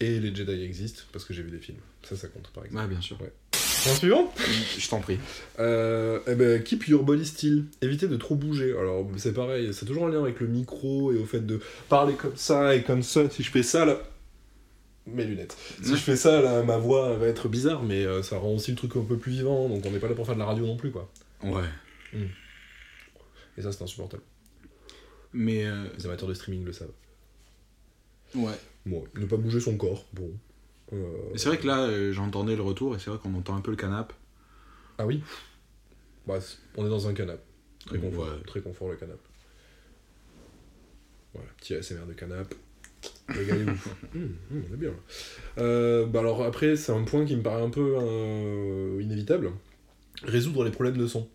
[SPEAKER 4] Et les Jedi existent parce que j'ai vu des films. Ça, ça compte par exemple.
[SPEAKER 5] ouais, bien sûr.
[SPEAKER 4] Point suivant
[SPEAKER 5] Je t'en prie.
[SPEAKER 4] Euh, eh ben, keep your body still. Évitez de trop bouger. Alors, c'est pareil, c'est toujours en lien avec le micro et au fait de parler comme ça et comme ça. Si je fais ça, là. Mes lunettes. Si je fais ça, là, ma voix va être bizarre, mais euh, ça rend aussi le truc un peu plus vivant. Donc, on n'est pas là pour faire de la radio non plus, quoi.
[SPEAKER 5] Ouais.
[SPEAKER 4] Et ça, c'est insupportable.
[SPEAKER 5] Mais. euh,
[SPEAKER 4] Les amateurs de streaming le savent.
[SPEAKER 5] ouais.
[SPEAKER 4] Bon, ne pas bouger son corps, bon. Euh,
[SPEAKER 5] C'est vrai que là, euh, j'entendais le retour et c'est vrai qu'on entend un peu le canapé.
[SPEAKER 4] Ah oui Bah, c'est- on est dans un canapé. Très
[SPEAKER 5] Ouais.
[SPEAKER 4] confort, très confort le canapé. Voilà, petit ASMR de canapé. Le gars est ouf. Hum, hum, on est bien. là. Euh, bah alors après, c'est un point qui me paraît un peu euh, inévitable. Résoudre les problèmes de son.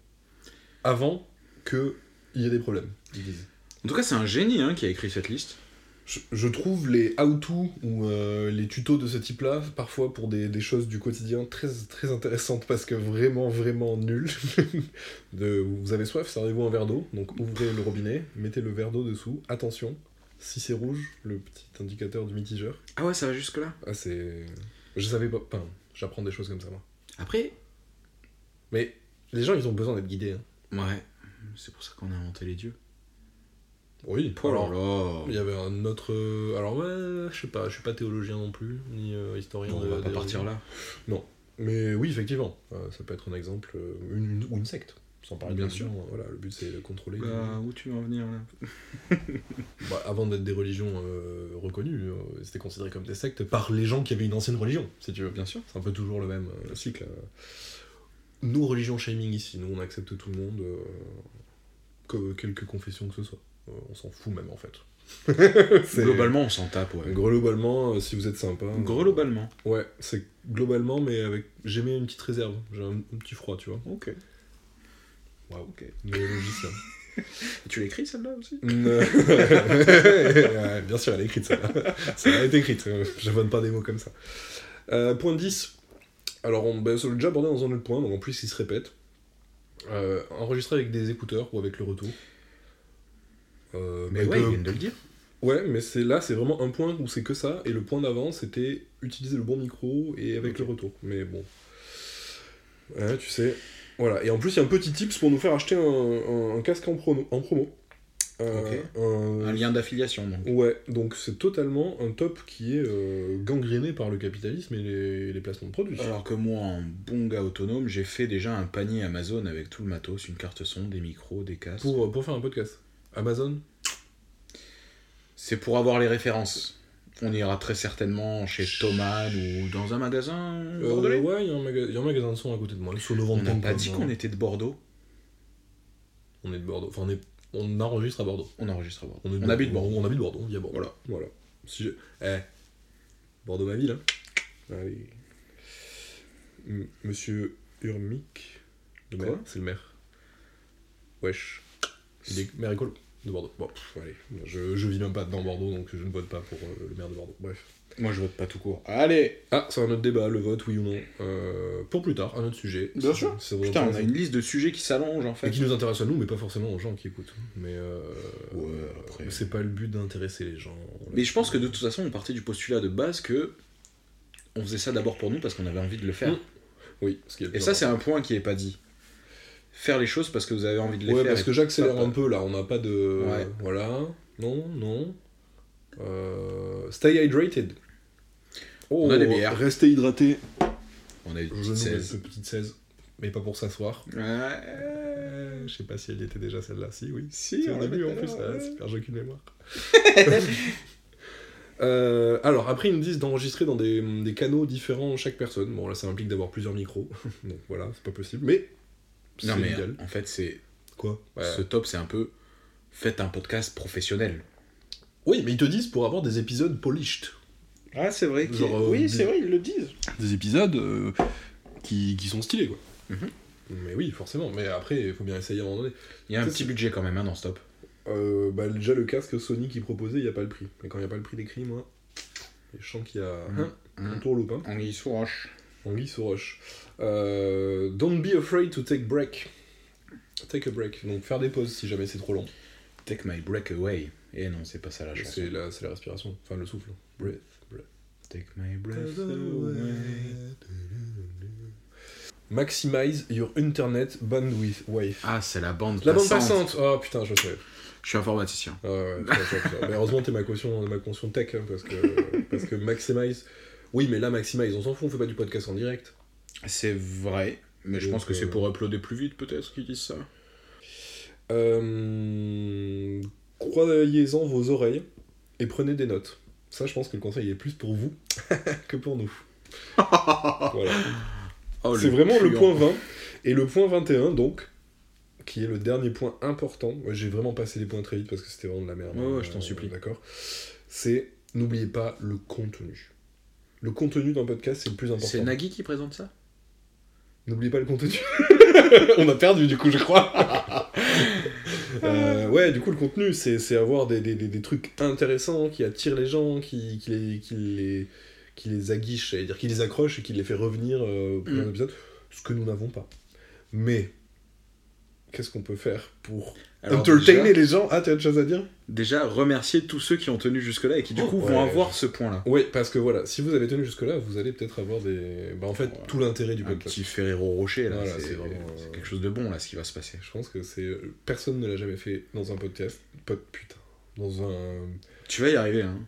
[SPEAKER 4] Avant que il y ait des problèmes, ils disent.
[SPEAKER 5] En tout cas, c'est un génie hein, qui a écrit cette liste.
[SPEAKER 4] Je, je trouve les how-to ou euh, les tutos de ce type-là, parfois pour des, des choses du quotidien, très, très intéressantes parce que vraiment, vraiment nulles. de, vous avez soif, servez-vous un verre d'eau, donc ouvrez le robinet, mettez le verre d'eau dessous, attention, si c'est rouge, le petit indicateur du mitigeur.
[SPEAKER 5] Ah ouais, ça va jusque-là.
[SPEAKER 4] Ah, c'est. Je savais pas, enfin, j'apprends des choses comme ça, moi.
[SPEAKER 5] Après,
[SPEAKER 4] Mais les gens, ils ont besoin d'être guidés. hein.
[SPEAKER 5] ouais. C'est pour ça qu'on a inventé les dieux.
[SPEAKER 4] Oui,
[SPEAKER 5] Oh
[SPEAKER 4] alors.
[SPEAKER 5] là
[SPEAKER 4] Il y avait un autre. euh, Alors, ouais, je sais pas, je suis pas théologien non plus, ni euh, historien.
[SPEAKER 5] On
[SPEAKER 4] de-
[SPEAKER 5] va pas
[SPEAKER 4] des
[SPEAKER 5] partir là.
[SPEAKER 4] Mais oui, effectivement, euh, ça peut être un exemple, euh, une, une- ou une secte, sans parler
[SPEAKER 5] Bien
[SPEAKER 4] de-
[SPEAKER 5] sûr.
[SPEAKER 4] euh, Voilà, le but c'est de contrôler.
[SPEAKER 5] Bah, où tu veux en venir là
[SPEAKER 4] Bah, avant d'être des religions euh, reconnues, euh, c'était considéré comme des sectes par les gens qui avaient une ancienne religion, si tu veux.
[SPEAKER 5] Bien sûr.
[SPEAKER 4] C'est un peu toujours le même euh, cycle. euh. Nous, religion shaming ici, nous on accepte tout le monde, euh, que, quelque confession que ce soit. Euh, on s'en fout même en fait. C'est-
[SPEAKER 5] Globalement, on s'en tape, ouais.
[SPEAKER 4] Globalement, euh, si vous êtes sympa. euh,
[SPEAKER 5] Globalement.
[SPEAKER 4] Ouais, c'est globalement, mais avec. J'ai mis une petite réserve, j'ai un, un petit froid, tu vois.
[SPEAKER 5] Ok.
[SPEAKER 4] Waouh.
[SPEAKER 5] Ok.
[SPEAKER 4] Néologicien.
[SPEAKER 5] Tu l'écris celle-là aussi
[SPEAKER 4] Ouais, Bien sûr, elle est écrite, ça. Ça a été écrite. euh, J'abonne pas des mots comme ça. Euh, point 10. Alors, on, bah, ça, on l'a déjà abordé dans un autre point, donc en plus, il se répète. Euh, enregistrer avec des écouteurs ou avec le retour. Euh,
[SPEAKER 5] Mais
[SPEAKER 4] bah,
[SPEAKER 5] ouais, il
[SPEAKER 4] que-
[SPEAKER 5] vient de le dire.
[SPEAKER 4] ouais, mais c'est là, c'est vraiment un point où c'est que ça, et le point d'avant, c'était utiliser le bon micro et avec
[SPEAKER 5] Ok.
[SPEAKER 4] le retour. Mais bon. Ouais, tu sais. Voilà. Et en plus, il y a un petit tips pour nous faire acheter un, un- un casque en, prono- en promo. Euh, un-
[SPEAKER 5] Un lien d'affiliation, donc.
[SPEAKER 4] Ouais, donc c'est totalement un top qui est euh, gangréné par le capitalisme et les, les placements de produits.
[SPEAKER 5] Alors que moi, en bon gars autonome, j'ai fait déjà un panier Amazon avec tout le matos, une carte son, des micros, des casques.
[SPEAKER 4] Pour, pour faire un podcast. Amazon
[SPEAKER 5] C'est pour avoir les références. On ira très certainement chez Thomann ou dans un magasin
[SPEAKER 4] Euh,
[SPEAKER 5] bordelais.
[SPEAKER 4] Ouais, il y, a un maga- il y a un magasin de son à côté de moi, le Sono
[SPEAKER 5] On n'a
[SPEAKER 4] Vendôme,
[SPEAKER 5] pas
[SPEAKER 4] comme,
[SPEAKER 5] dit
[SPEAKER 4] euh,
[SPEAKER 5] qu'on était de Bordeaux.
[SPEAKER 4] On est de Bordeaux. Enfin, on, est... on enregistre à Bordeaux.
[SPEAKER 5] On enregistre à Bordeaux.
[SPEAKER 4] On, est de
[SPEAKER 5] on habite Bordeaux.
[SPEAKER 4] On habite Bordeaux, on vit à Bordeaux.
[SPEAKER 5] Voilà.
[SPEAKER 4] Voilà. Si je- Eh, Bordeaux ma ville, hein. Allez. M- Monsieur Urmic. Le
[SPEAKER 5] Quoi
[SPEAKER 4] maire, C'est le maire. Wesh. Il est maire écolo de Bordeaux. Bon, pff, allez. Je, je vis même pas dans Bordeaux, donc je ne vote pas pour euh, le maire de Bordeaux. Bref.
[SPEAKER 5] Moi, je vote pas tout court. Allez
[SPEAKER 4] Ah, c'est un autre débat, le vote, oui ou non. Euh, pour plus tard, un autre sujet.
[SPEAKER 5] Bien
[SPEAKER 4] Si-
[SPEAKER 5] sûr.
[SPEAKER 4] si ça vous
[SPEAKER 5] Putain, on
[SPEAKER 4] intéresse.
[SPEAKER 5] a une liste de sujets qui s'allonge en
[SPEAKER 4] Et
[SPEAKER 5] fait.
[SPEAKER 4] qui nous intéresse à nous, mais pas forcément aux gens qui écoutent. Mais euh,
[SPEAKER 5] Ouais, après.
[SPEAKER 4] c'est pas le but d'intéresser les gens.
[SPEAKER 5] Mais je pense que de toute façon, on partait du postulat de base que on faisait ça d'abord pour nous parce qu'on avait envie de le faire.
[SPEAKER 4] Mm. Oui, ce qui est le
[SPEAKER 5] Et
[SPEAKER 4] plus
[SPEAKER 5] ça, c'est un point qui est pas dit. Faire les choses parce que vous avez envie de les
[SPEAKER 4] Ouais,
[SPEAKER 5] faire.
[SPEAKER 4] parce
[SPEAKER 5] et
[SPEAKER 4] que j'accélère
[SPEAKER 5] pas-
[SPEAKER 4] un peu là, on n'a pas de.
[SPEAKER 5] Ouais.
[SPEAKER 4] Voilà. Non, non. Euh, Stay hydrated. Oh,
[SPEAKER 5] On a des bières.
[SPEAKER 4] Restez hydraté.
[SPEAKER 5] On a eu
[SPEAKER 4] Je
[SPEAKER 5] 16.
[SPEAKER 4] une petite 16. Mais pas pour s'asseoir.
[SPEAKER 5] Ouais.
[SPEAKER 4] Je sais pas si elle y était déjà celle-là. Si, oui.
[SPEAKER 5] Si,
[SPEAKER 4] on l'a vu en
[SPEAKER 5] tout à
[SPEAKER 4] plus,
[SPEAKER 5] l'heure,
[SPEAKER 4] ah,
[SPEAKER 5] ouais.
[SPEAKER 4] super, j'ai aucune mémoire. Euh, alors après ils nous disent d'enregistrer dans des, des canaux différents chaque personne. Bon là ça implique d'avoir plusieurs micros, donc voilà c'est pas possible. Mais
[SPEAKER 5] Non,
[SPEAKER 4] c'est
[SPEAKER 5] mais
[SPEAKER 4] légal.
[SPEAKER 5] en fait, c'est
[SPEAKER 4] quoi Ouais.
[SPEAKER 5] ce top, c'est un peu faites un podcast professionnel.
[SPEAKER 4] Oui mais ils te disent pour avoir des épisodes polished.
[SPEAKER 5] Ah, c'est vrai.
[SPEAKER 4] qu'il- Genre, euh, oui, c'est
[SPEAKER 5] vrai, ils le disent.
[SPEAKER 4] des épisodes euh, qui, qui sont stylés, quoi.
[SPEAKER 5] Mhm.
[SPEAKER 4] Mais oui, forcément. Mais après, il faut bien essayer à un moment donné.
[SPEAKER 5] Il y a un
[SPEAKER 4] Ça,
[SPEAKER 5] petit
[SPEAKER 4] c'est-
[SPEAKER 5] budget quand même hein, dans ce top.
[SPEAKER 4] Euh, bah, déjà, le casque Sony qui proposait, il n'y a pas le prix. Et quand il n'y a pas le prix décrit, moi, je sens qu'il y a
[SPEAKER 5] Mhm.
[SPEAKER 4] un tourloupe, hein.
[SPEAKER 5] On y sourche.
[SPEAKER 4] Anguille sous roche. Euh, don't be afraid to take break. Take a break. Donc, faire des pauses si jamais c'est trop long.
[SPEAKER 5] Take my break away. Eh non, c'est pas ça la chanson.
[SPEAKER 4] C'est la, c'est la respiration. Enfin, le souffle. Breath. breath.
[SPEAKER 5] Take my breath away.
[SPEAKER 4] Maximize your internet bandwidth. Wife.
[SPEAKER 5] Ah, c'est la bande
[SPEAKER 4] La bande
[SPEAKER 5] passante.
[SPEAKER 4] passante Oh putain, je le savais.
[SPEAKER 5] Je suis informaticien.
[SPEAKER 4] Ah ouais, ça, ça, ça. Mais heureusement, t'es ma caution, ma caution tech, hein, parce, que, parce que Maximize. Oui, mais là, Maximize, on s'en fout, on fait pas du podcast en direct.
[SPEAKER 5] C'est vrai, mais je
[SPEAKER 4] Donc,
[SPEAKER 5] pense que
[SPEAKER 4] euh,
[SPEAKER 5] c'est pour uploader plus vite peut-être qu'ils disent ça.
[SPEAKER 4] Euh, croyez-en vos oreilles et prenez des notes. Ça, je pense que le conseil est plus pour vous que pour nous. Voilà.
[SPEAKER 5] Oh,
[SPEAKER 4] C'est
[SPEAKER 5] le
[SPEAKER 4] vraiment le
[SPEAKER 5] puant.
[SPEAKER 4] point 20. Et le point 21, donc, qui est le dernier point important. Moi, J'ai vraiment passé les points très vite parce que c'était vraiment de la merde.
[SPEAKER 5] Ouais, ouais,
[SPEAKER 4] hein,
[SPEAKER 5] je t'en
[SPEAKER 4] euh,
[SPEAKER 5] supplie.
[SPEAKER 4] D'accord. C'est, n'oubliez pas le contenu. Le contenu d'un podcast, c'est le plus
[SPEAKER 5] C'est
[SPEAKER 4] important.
[SPEAKER 5] Nagui qui présente ça
[SPEAKER 4] N'oubliez pas le contenu. On a perdu, du coup, je crois. Euh, ouais, du coup, le contenu, c'est c'est avoir des, des- des- des trucs intéressants qui attirent les gens, qui, qui les, qui, les, qui les aguichent, c'est-à-dire qui les accrochent et qui les fait revenir euh, au prochain
[SPEAKER 5] Mm.
[SPEAKER 4] épisode, ce que nous n'avons pas. Mais, qu'est-ce qu'on peut faire pour
[SPEAKER 5] Alors,
[SPEAKER 4] entertainer
[SPEAKER 5] déjà,
[SPEAKER 4] les gens Ah, t'as autre chose à dire
[SPEAKER 5] déjà, remercier tous ceux qui ont tenu jusque-là et qui du
[SPEAKER 4] Oh,
[SPEAKER 5] coup
[SPEAKER 4] ouais.
[SPEAKER 5] vont avoir ce point-là.
[SPEAKER 4] Ouais, parce que voilà, si vous avez tenu jusque-là, vous allez peut-être avoir des. Bah, en fait,
[SPEAKER 5] Ouais.
[SPEAKER 4] tout l'intérêt du
[SPEAKER 5] Un
[SPEAKER 4] podcast.
[SPEAKER 5] petit Ferrero Rocher, là,
[SPEAKER 4] Voilà,
[SPEAKER 5] c'est
[SPEAKER 4] c'est-
[SPEAKER 5] vraiment c'est
[SPEAKER 4] euh,
[SPEAKER 5] quelque chose de bon, là, ce qui va se passer.
[SPEAKER 4] Je pense que c'est. euh, Personne ne l'a jamais fait dans un podcast. Pod... Putain. Dans un.
[SPEAKER 5] Tu vas y arriver, hein.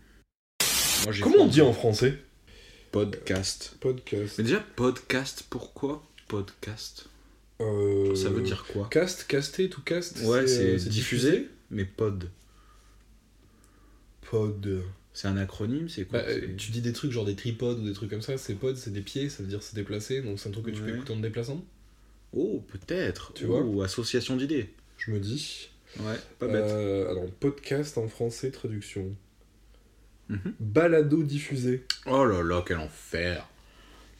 [SPEAKER 5] Moi, j'ai
[SPEAKER 4] Comment on
[SPEAKER 5] faim.
[SPEAKER 4] dit en français
[SPEAKER 5] Podcast.
[SPEAKER 4] Podcast.
[SPEAKER 5] Mais déjà, podcast, pourquoi podcast
[SPEAKER 4] Euh,
[SPEAKER 5] Ça veut dire quoi
[SPEAKER 4] Cast, casté, tout cast
[SPEAKER 5] Ouais, c'est
[SPEAKER 4] euh,
[SPEAKER 5] diffusé, mais pod.
[SPEAKER 4] Pod.
[SPEAKER 5] C'est un acronyme, c'est quoi
[SPEAKER 4] Bah, euh,
[SPEAKER 5] C'est-
[SPEAKER 4] tu dis des trucs genre des tripodes ou des trucs comme ça. C'est pod, c'est des pieds, ça veut dire se déplacer. Donc c'est un truc que tu
[SPEAKER 5] Ouais.
[SPEAKER 4] peux écouter en te déplaçant.
[SPEAKER 5] Oh, peut-être.
[SPEAKER 4] Tu
[SPEAKER 5] Oh, association d'idées.
[SPEAKER 4] Je me dis.
[SPEAKER 5] Ouais, pas bête.
[SPEAKER 4] Euh, alors, podcast en français, traduction.
[SPEAKER 5] Mhm.
[SPEAKER 4] Balado diffusé.
[SPEAKER 5] Oh là là, quel enfer.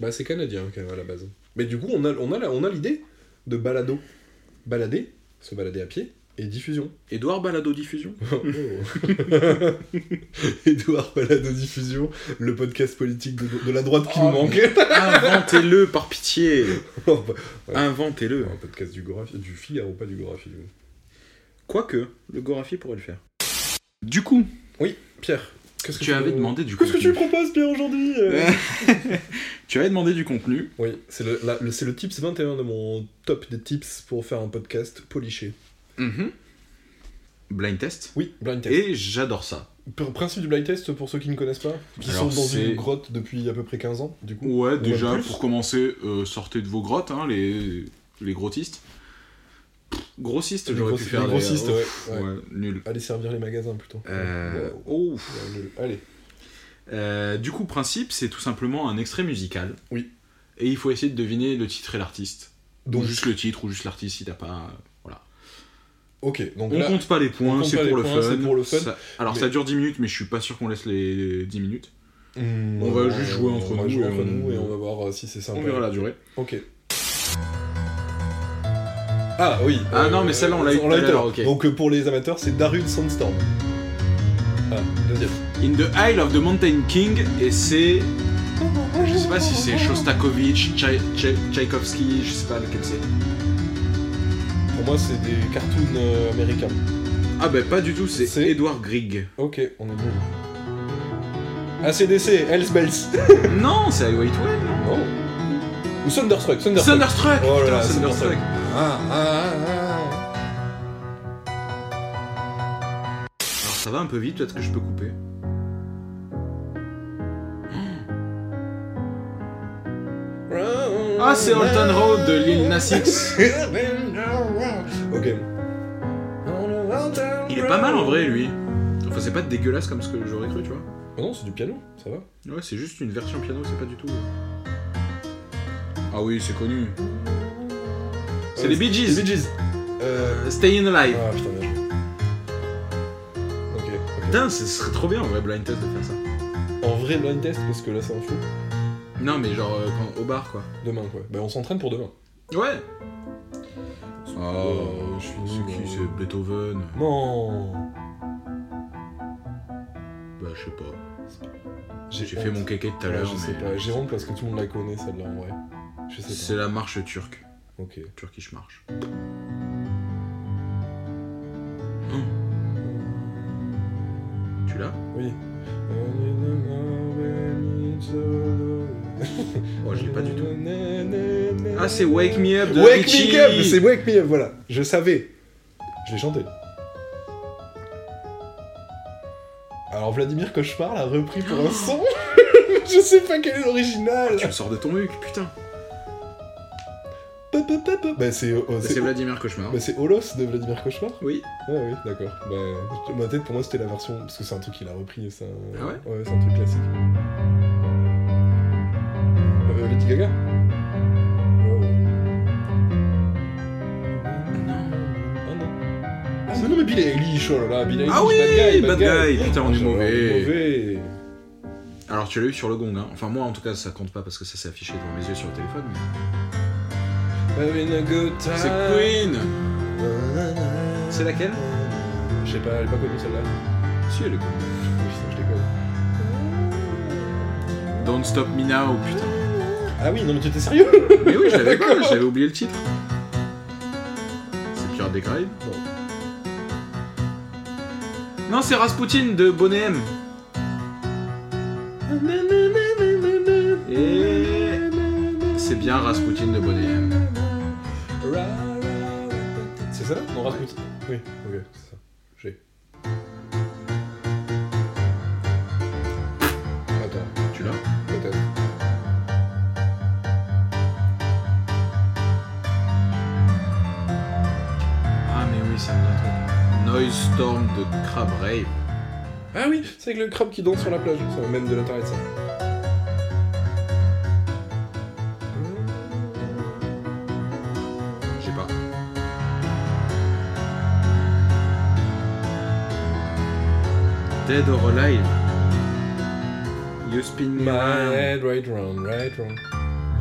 [SPEAKER 4] Bah, c'est canadien quand même à la base. Mais du coup, on a, on a, la- on a l'idée de balado. Balader, se balader à pied, et diffusion.
[SPEAKER 5] Édouard Balado Diffusion
[SPEAKER 4] Édouard Balado Diffusion, le podcast politique de, de la droite qui nous
[SPEAKER 5] Oh,
[SPEAKER 4] manquait.
[SPEAKER 5] Inventez-le, par pitié
[SPEAKER 4] Oh, bah,
[SPEAKER 5] Inventez-le.
[SPEAKER 4] Un podcast du, Gorafi- du Figaro, pas du Gorafi. du coup.
[SPEAKER 5] Quoique, le Gorafi pourrait le faire. Du coup,
[SPEAKER 4] Pierre, qu'est-ce que
[SPEAKER 5] tu avais
[SPEAKER 4] nous-
[SPEAKER 5] demandé du
[SPEAKER 4] Qu'est-ce que tu
[SPEAKER 5] contenu.
[SPEAKER 4] proposes, Pierre, aujourd'hui euh
[SPEAKER 5] tu avais demandé du contenu.
[SPEAKER 4] Oui, c'est le, la- le- c'est le tips 21 de mon top des tips pour faire un podcast poliché.
[SPEAKER 5] Blind test.
[SPEAKER 4] Oui, blind Mm-hmm. test.
[SPEAKER 5] Et j'adore ça.
[SPEAKER 4] Pr- Principe du blind test, pour ceux qui ne connaissent pas, qui
[SPEAKER 5] Alors,
[SPEAKER 4] sont dans
[SPEAKER 5] c'est-
[SPEAKER 4] une grotte depuis à peu près 15 ans, du coup.
[SPEAKER 5] Ouais, déjà,
[SPEAKER 4] plus.
[SPEAKER 5] pour commencer, euh, sortez de vos grottes, hein, les, les grottistes. Pff, Grossistes,
[SPEAKER 4] Les
[SPEAKER 5] j'aurais
[SPEAKER 4] grossi-
[SPEAKER 5] pu faire.
[SPEAKER 4] les
[SPEAKER 5] des- euh,
[SPEAKER 4] grossistes, ouais,
[SPEAKER 5] Ouais,
[SPEAKER 4] ouais.
[SPEAKER 5] nul.
[SPEAKER 4] Allez servir les magasins plutôt.
[SPEAKER 5] Euh,
[SPEAKER 4] Ouais,
[SPEAKER 5] oh,
[SPEAKER 4] ouais, nul. Allez.
[SPEAKER 5] Euh, du coup, principe, c'est tout simplement un extrait musical.
[SPEAKER 4] Oui.
[SPEAKER 5] Et il faut essayer de deviner le titre et l'artiste.
[SPEAKER 4] Donc,
[SPEAKER 5] ou juste le titre, ou juste l'artiste si t'as pas. euh, Voilà.
[SPEAKER 4] ok, donc
[SPEAKER 5] on
[SPEAKER 4] là,
[SPEAKER 5] compte pas les points,
[SPEAKER 4] compte
[SPEAKER 5] c'est
[SPEAKER 4] pas
[SPEAKER 5] pour,
[SPEAKER 4] les
[SPEAKER 5] le
[SPEAKER 4] points,
[SPEAKER 5] fun.
[SPEAKER 4] c'est pour le fun.
[SPEAKER 5] Ça- Alors
[SPEAKER 4] Mais-
[SPEAKER 5] ça dure 10 minutes, mais je suis pas sûr qu'on laisse les 10 minutes.
[SPEAKER 4] Hmm,
[SPEAKER 5] On va juste jouer entre
[SPEAKER 4] on va
[SPEAKER 5] nous
[SPEAKER 4] jouer
[SPEAKER 5] et
[SPEAKER 4] entre
[SPEAKER 5] on-
[SPEAKER 4] nous et on va voir euh, si c'est sympa.
[SPEAKER 5] On verra la durée.
[SPEAKER 4] Ok. Ah oui.
[SPEAKER 5] Ah non, mais celle-là, on l'a eu tout à l'heure, ok.
[SPEAKER 4] Donc euh, pour les amateurs, c'est Darude Sandstorm. Ah, deuxième.
[SPEAKER 5] In the Isle of the Mountain King, et c'est. Je sais pas si c'est Shostakovich, Tchaï- Tchaï- Tchaïkovski, je sais pas lequel c'est.
[SPEAKER 4] Pour moi, c'est des cartoons euh, américains.
[SPEAKER 5] Ah bah pas du tout, c'est
[SPEAKER 4] C'est-
[SPEAKER 5] Edward Grieg.
[SPEAKER 4] Ok, on est nul. ACDC, Hells Bells.
[SPEAKER 5] non, c'est I Wait Well, non
[SPEAKER 4] Non. Ou Thunderstruck, Thunderstruck.
[SPEAKER 5] Oh. Thunderstruck
[SPEAKER 4] Oh là
[SPEAKER 5] putain,
[SPEAKER 4] là,
[SPEAKER 5] Thunderstruck.
[SPEAKER 4] Thunderstruck. Ah, ah, ah, ah.
[SPEAKER 5] Alors ça va un peu vite, peut-être que je peux couper. Ah, c'est Alton Road de Lil Nas X.
[SPEAKER 4] ok.
[SPEAKER 5] Il est pas mal en vrai, lui. Enfin, c'est pas dégueulasse comme ce que j'aurais cru, tu vois.
[SPEAKER 4] Ah non, c'est du piano, ça va.
[SPEAKER 5] Ouais, c'est juste une version piano, c'est pas du tout. euh. Ah oui, c'est connu. C'est
[SPEAKER 4] Euh,
[SPEAKER 5] les Bee Gees.
[SPEAKER 4] Les Bee Gees. Euh...
[SPEAKER 5] Euh, Stayin' Alive.
[SPEAKER 4] Ah putain, bien joué. Ok, ok.
[SPEAKER 5] Putain, ce serait trop bien en vrai, blind test de faire ça.
[SPEAKER 4] En vrai blind test, parce que là c'est un fou.
[SPEAKER 5] Non, mais genre euh, quand- au bar, quoi.
[SPEAKER 4] Demain quoi. Bah on s'entraîne pour demain.
[SPEAKER 5] Ouais. Ah,
[SPEAKER 4] Euh, je suis nul, moi.
[SPEAKER 5] Beethoven.
[SPEAKER 4] Non
[SPEAKER 5] Bah, je sais pas. J'ai
[SPEAKER 4] honte.
[SPEAKER 5] fait mon kéké tout à
[SPEAKER 4] Ouais,
[SPEAKER 5] l'heure.
[SPEAKER 4] Je sais
[SPEAKER 5] mais euh,
[SPEAKER 4] pas, j'ai honte parce que tout le monde la connaît celle-là en vrai. Je sais
[SPEAKER 5] C'est
[SPEAKER 4] pas.
[SPEAKER 5] la marche turque.
[SPEAKER 4] Ok.
[SPEAKER 5] Turkish marche. Oh. Tu l'as
[SPEAKER 4] Oui.
[SPEAKER 5] Oh, je l'ai pas du tout. Ah, c'est Wake Me Up de
[SPEAKER 4] Wake
[SPEAKER 5] Avicii.
[SPEAKER 4] Me Up C'est Wake Me Up, voilà. Je savais. Je l'ai chanté. Alors Vladimir Cauchemar l'a repris pour un son.
[SPEAKER 5] Ah,
[SPEAKER 4] je sais pas quel est l'original.
[SPEAKER 5] Tu me sors de ton huc, putain.
[SPEAKER 4] Pa, pa, pa, pa. Bah, c'est. euh,
[SPEAKER 5] C'est
[SPEAKER 4] c'est
[SPEAKER 5] Vladimir Cauchemar.
[SPEAKER 4] bah, c'est Olos de Vladimir Cauchemar
[SPEAKER 5] Oui.
[SPEAKER 4] Ah oui, d'accord. Bah, ma tête, pour moi, c'était la version. Parce que c'est un truc qu'il a repris. C'est un...
[SPEAKER 5] Ah ouais
[SPEAKER 4] c'est un truc classique. Euh, Lady Gaga Oh. Ah non. Ah non, mais Billy Eilish, oh là là, Billy Eilish,
[SPEAKER 5] Ah oui,
[SPEAKER 4] bad guy,
[SPEAKER 5] bad guy, putain, on est
[SPEAKER 4] Ah,
[SPEAKER 5] mauvais.
[SPEAKER 4] mauvais.
[SPEAKER 5] Alors tu l'as eu sur le gong, hein. Enfin moi en tout cas ça compte pas parce que ça s'est affiché devant mes yeux sur le téléphone. mais-
[SPEAKER 4] Having a good time.
[SPEAKER 5] C'est Queen C'est laquelle
[SPEAKER 4] Je sais pas, elle est pas connue celle-là.
[SPEAKER 5] Si elle est connue.
[SPEAKER 4] Oh, putain, je déconne.
[SPEAKER 5] Don't Stop Me Now, putain.
[SPEAKER 4] Ah oui, non mais tu étais sérieux
[SPEAKER 5] Mais oui, je l'avais pas, j'avais oublié le titre. C'est Pirates des Caraïbes Non, c'est Rasputin de Bonnet M. Et... C'est bien Rasputin de Bonnet M.
[SPEAKER 4] C'est ça Non, Rasputin. Oui, ok, c'est ça. J'ai. Attends,
[SPEAKER 5] Tu l'as
[SPEAKER 4] peut-être.
[SPEAKER 5] Ah mais oui, ça me dit un truc. Noise Storm de Crab Rave.
[SPEAKER 4] Ah oui, c'est avec le crabe qui danse sur la plage. C'est même de l'intérêt de ça.
[SPEAKER 5] Je sais pas. Dead or Alive. You spin me
[SPEAKER 4] My
[SPEAKER 5] round.
[SPEAKER 4] head right round, right round.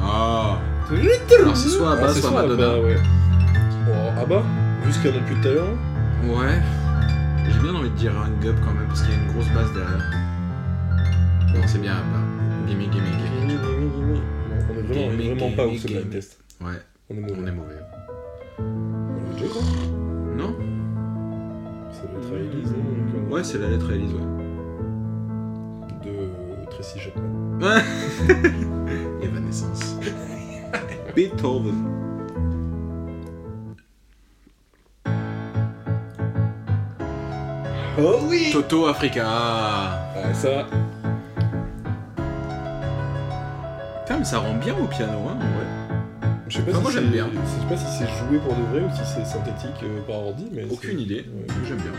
[SPEAKER 5] Ah. Alors c'est soit Abba,
[SPEAKER 4] Ah, c'est
[SPEAKER 5] soit
[SPEAKER 4] ça,
[SPEAKER 5] Madonna.
[SPEAKER 4] Abba, ouais. Bon, Abba, vu ce qu'il y en a depuis tout à l'heure.
[SPEAKER 5] Ouais. J'ai bien envie de dire Hang Up quand même parce qu'il y a une grosse basse derrière. Non, c'est bien Abba. Gimme, gimme, gimme.
[SPEAKER 4] Non, On est vraiment, on est vraiment pas au ce blind test.
[SPEAKER 5] Ouais,
[SPEAKER 4] On est
[SPEAKER 5] on
[SPEAKER 4] mauvais.
[SPEAKER 5] est mauvais.
[SPEAKER 4] On est déjà, quoi.
[SPEAKER 5] Non
[SPEAKER 4] Ça doit être à Elise, hein, donc,
[SPEAKER 5] Ouais, c'est la lettre Elise, ouais.
[SPEAKER 4] euh, De Tracy Chapman.
[SPEAKER 5] Evanescence. Beethoven.
[SPEAKER 4] Oh oui
[SPEAKER 5] Toto Africa.
[SPEAKER 4] Ah, ça,
[SPEAKER 5] Putain, mais ça rend bien au piano, hein, en vrai.
[SPEAKER 4] je sais pas si
[SPEAKER 5] Enfin, Ah, moi, j'aime
[SPEAKER 4] c'est-
[SPEAKER 5] bien.
[SPEAKER 4] Je sais pas si c'est joué pour de vrai ou si c'est synthétique euh, par ordi, mais... c'est-
[SPEAKER 5] Aucune idée,
[SPEAKER 4] Ouais.
[SPEAKER 5] mais j'aime bien.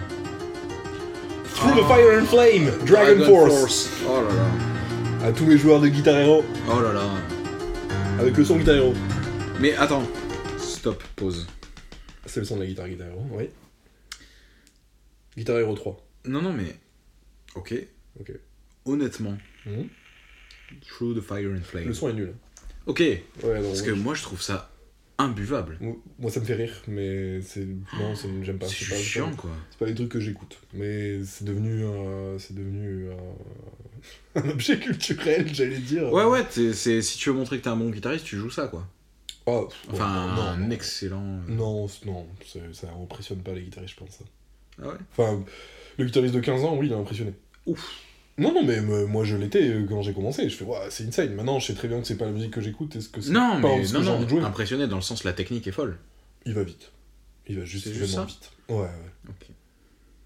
[SPEAKER 4] Through the Fire and Flame, Dragon, Force.
[SPEAKER 5] Oh là là.
[SPEAKER 4] À tous les joueurs de Guitar Hero,
[SPEAKER 5] Oh là là.
[SPEAKER 4] avec le son Guitar Hero.
[SPEAKER 5] Mais attends. Stop, pause.
[SPEAKER 4] Ah, C'est le son de la guitare Guitar Hero, oui. Guitar Hero 3.
[SPEAKER 5] Non, non, mais. Ok.
[SPEAKER 4] Ok.
[SPEAKER 5] Honnêtement.
[SPEAKER 4] Mhm.
[SPEAKER 5] Through the Fire and Flame.
[SPEAKER 4] Le son est nul. hein.
[SPEAKER 5] Ok.
[SPEAKER 4] Ouais, non,
[SPEAKER 5] Parce
[SPEAKER 4] ouais.
[SPEAKER 5] que moi, je trouve ça imbuvable.
[SPEAKER 4] Moi, moi, ça me fait rire, mais c'est. Non, ça me- j'aime pas.
[SPEAKER 5] C'est
[SPEAKER 4] Bah, C'est pas,
[SPEAKER 5] juste chiant,
[SPEAKER 4] c'est
[SPEAKER 5] quoi.
[SPEAKER 4] pas- c'est pas les trucs que j'écoute. Mais c'est devenu un. C'est devenu un... un objet culturel, j'allais dire.
[SPEAKER 5] Ouais, ouais, t'es- c'est- si tu veux montrer que t'es un bon guitariste, tu joues ça, quoi.
[SPEAKER 4] Oh, pff,
[SPEAKER 5] Enfin,
[SPEAKER 4] non,
[SPEAKER 5] un
[SPEAKER 4] non.
[SPEAKER 5] excellent. euh,
[SPEAKER 4] Non, c'est- non, c'est- ça impressionne pas les guitaristes, je pense. ça.
[SPEAKER 5] Ah ouais
[SPEAKER 4] Enfin, le guitariste de 15 ans, oui, il a impressionné.
[SPEAKER 5] Ouf.
[SPEAKER 4] Non, non, mais me- moi je l'étais euh, quand j'ai commencé. Je fais, ouais, c'est insane. Maintenant, je sais très bien que c'est pas la musique que j'écoute. Est-ce que c'est
[SPEAKER 5] Non,
[SPEAKER 4] pas
[SPEAKER 5] mais
[SPEAKER 4] ce
[SPEAKER 5] non,
[SPEAKER 4] que j'ai envie de jouer
[SPEAKER 5] non. Impressionné dans le sens, la technique est folle.
[SPEAKER 4] Il va vite. Il va juste
[SPEAKER 5] C'est juste
[SPEAKER 4] vraiment
[SPEAKER 5] ça
[SPEAKER 4] vite. Ouais, ouais.
[SPEAKER 5] Ok.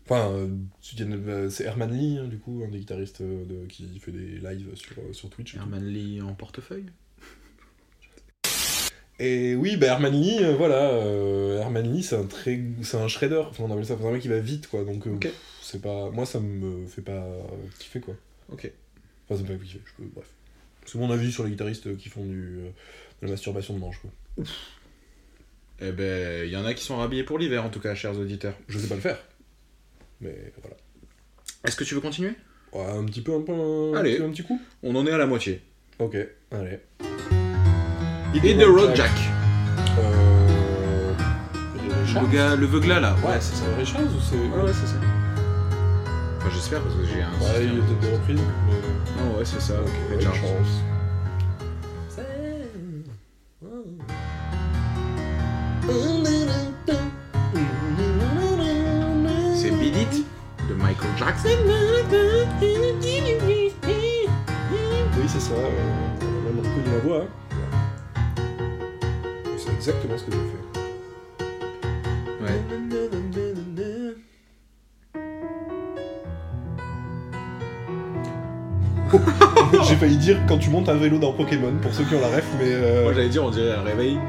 [SPEAKER 4] Enfin, euh, tu viens de- euh, c'est Herman Lee, hein, du coup, un des guitaristes euh, de- qui fait des lives sur, euh, sur Twitch. et tout.
[SPEAKER 5] Herman Lee en portefeuille
[SPEAKER 4] Et oui, bah Herman Lee, euh, voilà, euh, Herman Lee, c'est un très, c'est un shredder. Enfin, on appelle ça, c'est un mec qui va vite, quoi. Donc, euh,
[SPEAKER 5] Ok.
[SPEAKER 4] pff, c'est pas, moi, ça me fait pas euh, kiffer, quoi.
[SPEAKER 5] Ok.
[SPEAKER 4] Enfin, ça me fait pas kiffer. Je peux, bref. C'est mon avis sur les guitaristes euh, qui font du, euh, de la masturbation de manche. Quoi.
[SPEAKER 5] Eh ben, il y en a qui sont rhabillés pour l'hiver, en tout cas, chers auditeurs.
[SPEAKER 4] Je sais pas le faire, mais voilà.
[SPEAKER 5] Est-ce que tu veux continuer
[SPEAKER 4] Ouais, un petit peu, un peu, un,
[SPEAKER 5] Allez.
[SPEAKER 4] petit- un petit coup.
[SPEAKER 5] On en est à la moitié.
[SPEAKER 4] Ok, allez.
[SPEAKER 5] Et The Road Jack.
[SPEAKER 4] Euh...
[SPEAKER 5] Le gars, le veugla là.
[SPEAKER 4] Ouais, c'est ça. Richards ou Ah c'est.
[SPEAKER 5] Ouais, ouais, c'est ça. Enfin, j'espère parce que j'ai un.
[SPEAKER 4] Ouais, il y a peut-être des reprises, mais.
[SPEAKER 5] Non, ouais, c'est ça.
[SPEAKER 4] Ah, Ok,
[SPEAKER 5] Ray
[SPEAKER 4] Richards.
[SPEAKER 5] Charles. C'est Beat It de Michael Jackson.
[SPEAKER 4] Oui, c'est ça. euh, On a même reconnu la voix. hein. C'est exactement ce que j'ai fait.
[SPEAKER 5] Ouais. j'ai
[SPEAKER 4] j'ai failli dire quand tu montes un vélo dans Pokémon, pour ceux qui ont la euh, ref, mais. euh,
[SPEAKER 5] Moi j'allais dire, on dirait un réveil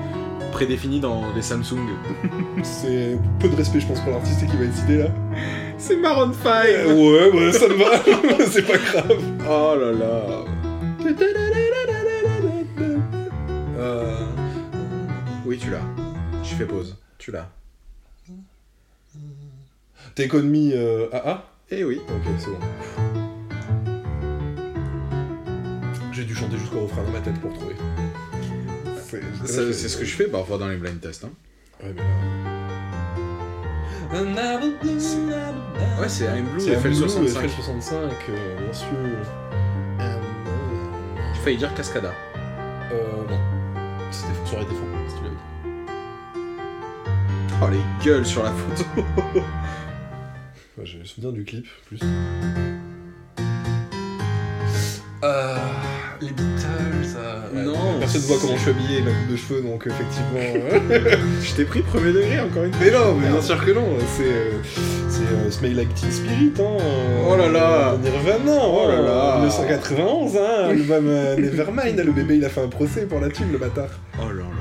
[SPEAKER 5] prédéfini dans les Samsung.
[SPEAKER 4] C'est peu de respect, je pense, pour l'artiste qui va être cité là.
[SPEAKER 5] C'est Maroon 5
[SPEAKER 4] Euh, ouais, bah, ça me va, c'est pas grave.
[SPEAKER 5] Oh là là Euh, Oui, tu l'as. Je fais pause. Tu l'as.
[SPEAKER 4] T'es connu euh, AA
[SPEAKER 5] Eh oui.
[SPEAKER 4] Ok, c'est bon. J'ai dû chanter jusqu'au refrain dans ma tête pour trouver. C'est
[SPEAKER 5] Ça, C'est ce que je fais parfois dans les blind tests. hein.
[SPEAKER 4] Ouais, mais là.
[SPEAKER 5] Ouais, c'est I'm Blue
[SPEAKER 4] C'est
[SPEAKER 5] et
[SPEAKER 4] un Blue,
[SPEAKER 5] FL65.
[SPEAKER 4] FL65, euh, bien sûr.
[SPEAKER 5] J'ai failli dire Cascada.
[SPEAKER 4] Euh, non. C'était ça aurait été faux, si tu l'avais dit.
[SPEAKER 5] Oh, les gueules sur la photo
[SPEAKER 4] Ouais, J'ai le souvenir du clip, plus. Euh, les Beatles. euh,
[SPEAKER 5] Non,
[SPEAKER 4] Personne ne voit
[SPEAKER 5] c'est-
[SPEAKER 4] comment je suis habillé et ma coupe de cheveux, donc effectivement. euh,
[SPEAKER 5] Je t'ai pris premier degré, encore une fois.
[SPEAKER 4] Mais non, mais bien sûr que non, c'est. euh, C'est euh, Smell Like Teen Spirit, hein. euh,
[SPEAKER 5] Oh là là.
[SPEAKER 4] On y revient, non,
[SPEAKER 5] Oh là là.
[SPEAKER 4] 1991, hein, album euh, Nevermind, le bébé il a fait un procès pour la thune, le bâtard.
[SPEAKER 5] Oh là là.
[SPEAKER 4] Alors-